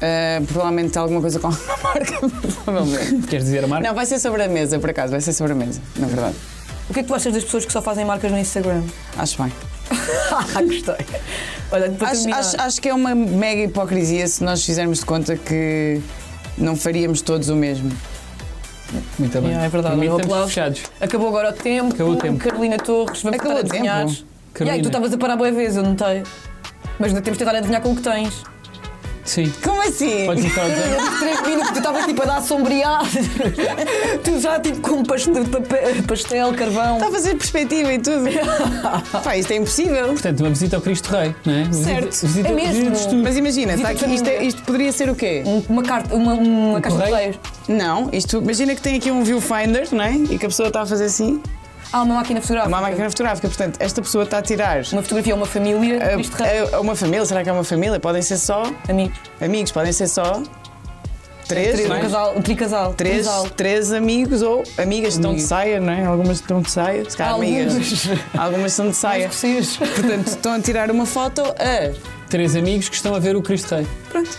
[SPEAKER 3] Ah, provavelmente alguma coisa com [laughs] alguma marca, provavelmente.
[SPEAKER 1] Queres dizer a marca?
[SPEAKER 3] Não, vai ser sobre a mesa, por acaso, vai ser sobre a mesa, na verdade.
[SPEAKER 2] O que é que tu achas das pessoas que só fazem marcas no
[SPEAKER 3] [laughs]
[SPEAKER 2] Instagram?
[SPEAKER 3] Acho bem.
[SPEAKER 2] Ah, gostei. Olha, para
[SPEAKER 3] Acho,
[SPEAKER 2] terminar.
[SPEAKER 3] acho- acho que é uma mega hipocrisia se nós fizermos de conta que não faríamos todos o mesmo.
[SPEAKER 1] Muito bem.
[SPEAKER 2] Yeah, é verdade,
[SPEAKER 1] Para mim
[SPEAKER 2] um
[SPEAKER 1] estamos
[SPEAKER 2] aplauso.
[SPEAKER 1] fechados.
[SPEAKER 2] Acabou agora o tempo.
[SPEAKER 1] Acabou o tempo.
[SPEAKER 2] Carolina Torres, vamos
[SPEAKER 3] Acabou
[SPEAKER 2] tentar
[SPEAKER 3] o tempo?
[SPEAKER 2] adivinhar. E aí,
[SPEAKER 1] Carolina.
[SPEAKER 2] tu estavas a parar boa vez, eu notei. Mas ainda temos de tentar adivinhar com o que tens.
[SPEAKER 1] Sim.
[SPEAKER 3] Como assim?
[SPEAKER 1] Podes estar a dizer.
[SPEAKER 2] Carolina, de 3 minutos, tu estavas tipo a dar sombreado. tu já tipo com pastel, papel- pastel, carvão.
[SPEAKER 3] Está a fazer perspectiva e
[SPEAKER 2] [laughs]
[SPEAKER 3] tudo. Pá, isto é impossível.
[SPEAKER 1] Portanto, uma visita ao Cristo Rei, não é? Visita-
[SPEAKER 3] Certo.
[SPEAKER 1] Visita,
[SPEAKER 2] É mesmo.
[SPEAKER 1] visita-nos tu.
[SPEAKER 3] Mas imagina,
[SPEAKER 2] Visita
[SPEAKER 3] está aqui, isto, é-
[SPEAKER 2] familiar.
[SPEAKER 3] isto poderia ser o quê?
[SPEAKER 2] Um- Uma carta, uma, uma caixa de
[SPEAKER 1] correio?
[SPEAKER 2] correios.
[SPEAKER 3] Não, isto imagina que tem aqui um viewfinder, não é? E que a pessoa está a fazer assim.
[SPEAKER 2] Ah, uma máquina
[SPEAKER 3] É
[SPEAKER 2] fotográfica.
[SPEAKER 3] uma máquina fotográfica, portanto, esta pessoa está a tirar
[SPEAKER 2] Uma fotografia, uma
[SPEAKER 3] É,
[SPEAKER 2] família, isto
[SPEAKER 3] a, a- a uma família, será que é uma família? Podem ser só
[SPEAKER 2] Amigos.
[SPEAKER 3] amigos, podem ser só Três, é?
[SPEAKER 2] Três, um
[SPEAKER 1] mais?
[SPEAKER 2] casal, um tricasal.
[SPEAKER 3] Três,
[SPEAKER 2] Casal.
[SPEAKER 3] três amigos ou amigas estão de
[SPEAKER 1] Amigo.
[SPEAKER 3] saia, não é? Algumas estão de saia. Se calhar amigas. Algumas são de saia.
[SPEAKER 2] vocês.
[SPEAKER 3] Portanto, estão a tirar uma foto a.
[SPEAKER 1] Três amigos que estão a ver o Cristo Rei.
[SPEAKER 3] Pronto.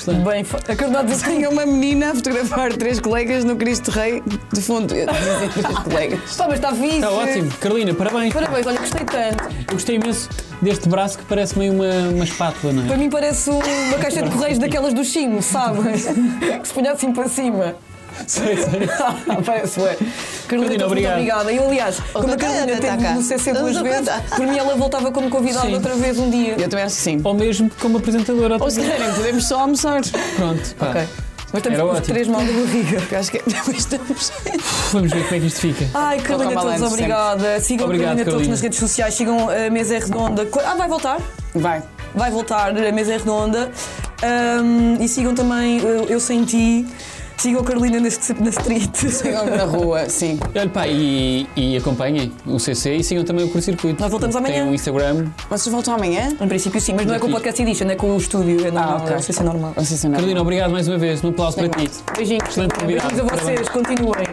[SPEAKER 1] Excelente.
[SPEAKER 2] Bem, fa- assim, a qualidade de
[SPEAKER 3] [laughs] Tinha uma menina a fotografar três colegas no Cristo Rei de fundo. Eu dizia [laughs] três colegas.
[SPEAKER 2] Está, Tá, mas está fixe.
[SPEAKER 3] Tá
[SPEAKER 1] Está Tá ótimo. Carolina, parabéns.
[SPEAKER 2] Parabéns, olha, gostei tanto.
[SPEAKER 1] Eu gostei imenso deste braço que parece meio uma, uma espátula, não
[SPEAKER 2] Para
[SPEAKER 1] é?
[SPEAKER 2] mim parece um- uma caixa de correios daquelas do chino, sabe? que se punha assim para cima.
[SPEAKER 1] Sei, sei.
[SPEAKER 2] [laughs] Parece bem. Carolina,
[SPEAKER 1] Carolina,
[SPEAKER 2] muito
[SPEAKER 1] obrigado.
[SPEAKER 2] obrigada. Eu, aliás, como a Carolina
[SPEAKER 3] Tá cá.
[SPEAKER 2] teve no CC duas
[SPEAKER 3] Tá
[SPEAKER 2] vezes,
[SPEAKER 3] cá.
[SPEAKER 2] por mim ela voltava como convidada
[SPEAKER 1] Sim.
[SPEAKER 2] outra vez um dia.
[SPEAKER 3] Eu também acho que sim.
[SPEAKER 1] Ou mesmo como apresentadora. outra
[SPEAKER 3] Ou se
[SPEAKER 1] vez.
[SPEAKER 3] quiserem, podemos só almoçar.
[SPEAKER 1] Pronto, pá.
[SPEAKER 2] Ok. Mas estamos
[SPEAKER 1] Era
[SPEAKER 2] com os
[SPEAKER 1] ótimo.
[SPEAKER 2] três mal da barriga.
[SPEAKER 3] Eu acho que é estamos.
[SPEAKER 1] Vamos ver como é que isto fica.
[SPEAKER 2] Ai, Carolina
[SPEAKER 3] Toca a
[SPEAKER 2] Torres,
[SPEAKER 3] balanço sempre.
[SPEAKER 2] obrigada. Sigam a
[SPEAKER 1] Obrigado,
[SPEAKER 2] Carolina Torres
[SPEAKER 1] Carolina.
[SPEAKER 2] nas redes sociais, sigam a Mesa é Redonda. Co- Ah, vai voltar?
[SPEAKER 3] Vai.
[SPEAKER 2] Vai voltar a Mesa é Redonda. Ahm, e sigam também uh, Eu Sem Ti. Sigam a Carolina neste, na street.
[SPEAKER 3] Na rua, sim.
[SPEAKER 1] Olha, pá, e, e acompanhem o CC e sigam também o Curto Circuito.
[SPEAKER 2] Nós voltamos amanhã.
[SPEAKER 1] Tem um Instagram.
[SPEAKER 3] Vocês voltam amanhã?
[SPEAKER 2] Em princípio, sim, mas não é com o podcast Edition, é com o estúdio. É normal,
[SPEAKER 3] ok.
[SPEAKER 2] não sei se é normal.
[SPEAKER 3] Não sei se é nada.
[SPEAKER 1] Carolina, obrigado mais uma vez. Um aplauso para ti.
[SPEAKER 2] Beijinhos.
[SPEAKER 1] Excelente convidado.
[SPEAKER 2] Beijinhos a vocês, continuem.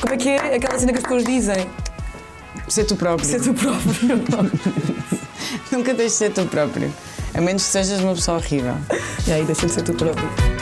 [SPEAKER 2] Como é que é aquela cena que as pessoas dizem?
[SPEAKER 3] Ser tu próprio.
[SPEAKER 2] Ser tu próprio. [laughs]
[SPEAKER 3] Nunca deixes de ser tu próprio. A menos que sejas uma pessoa horrível.
[SPEAKER 2] e aí, deixa de ser tu próprio.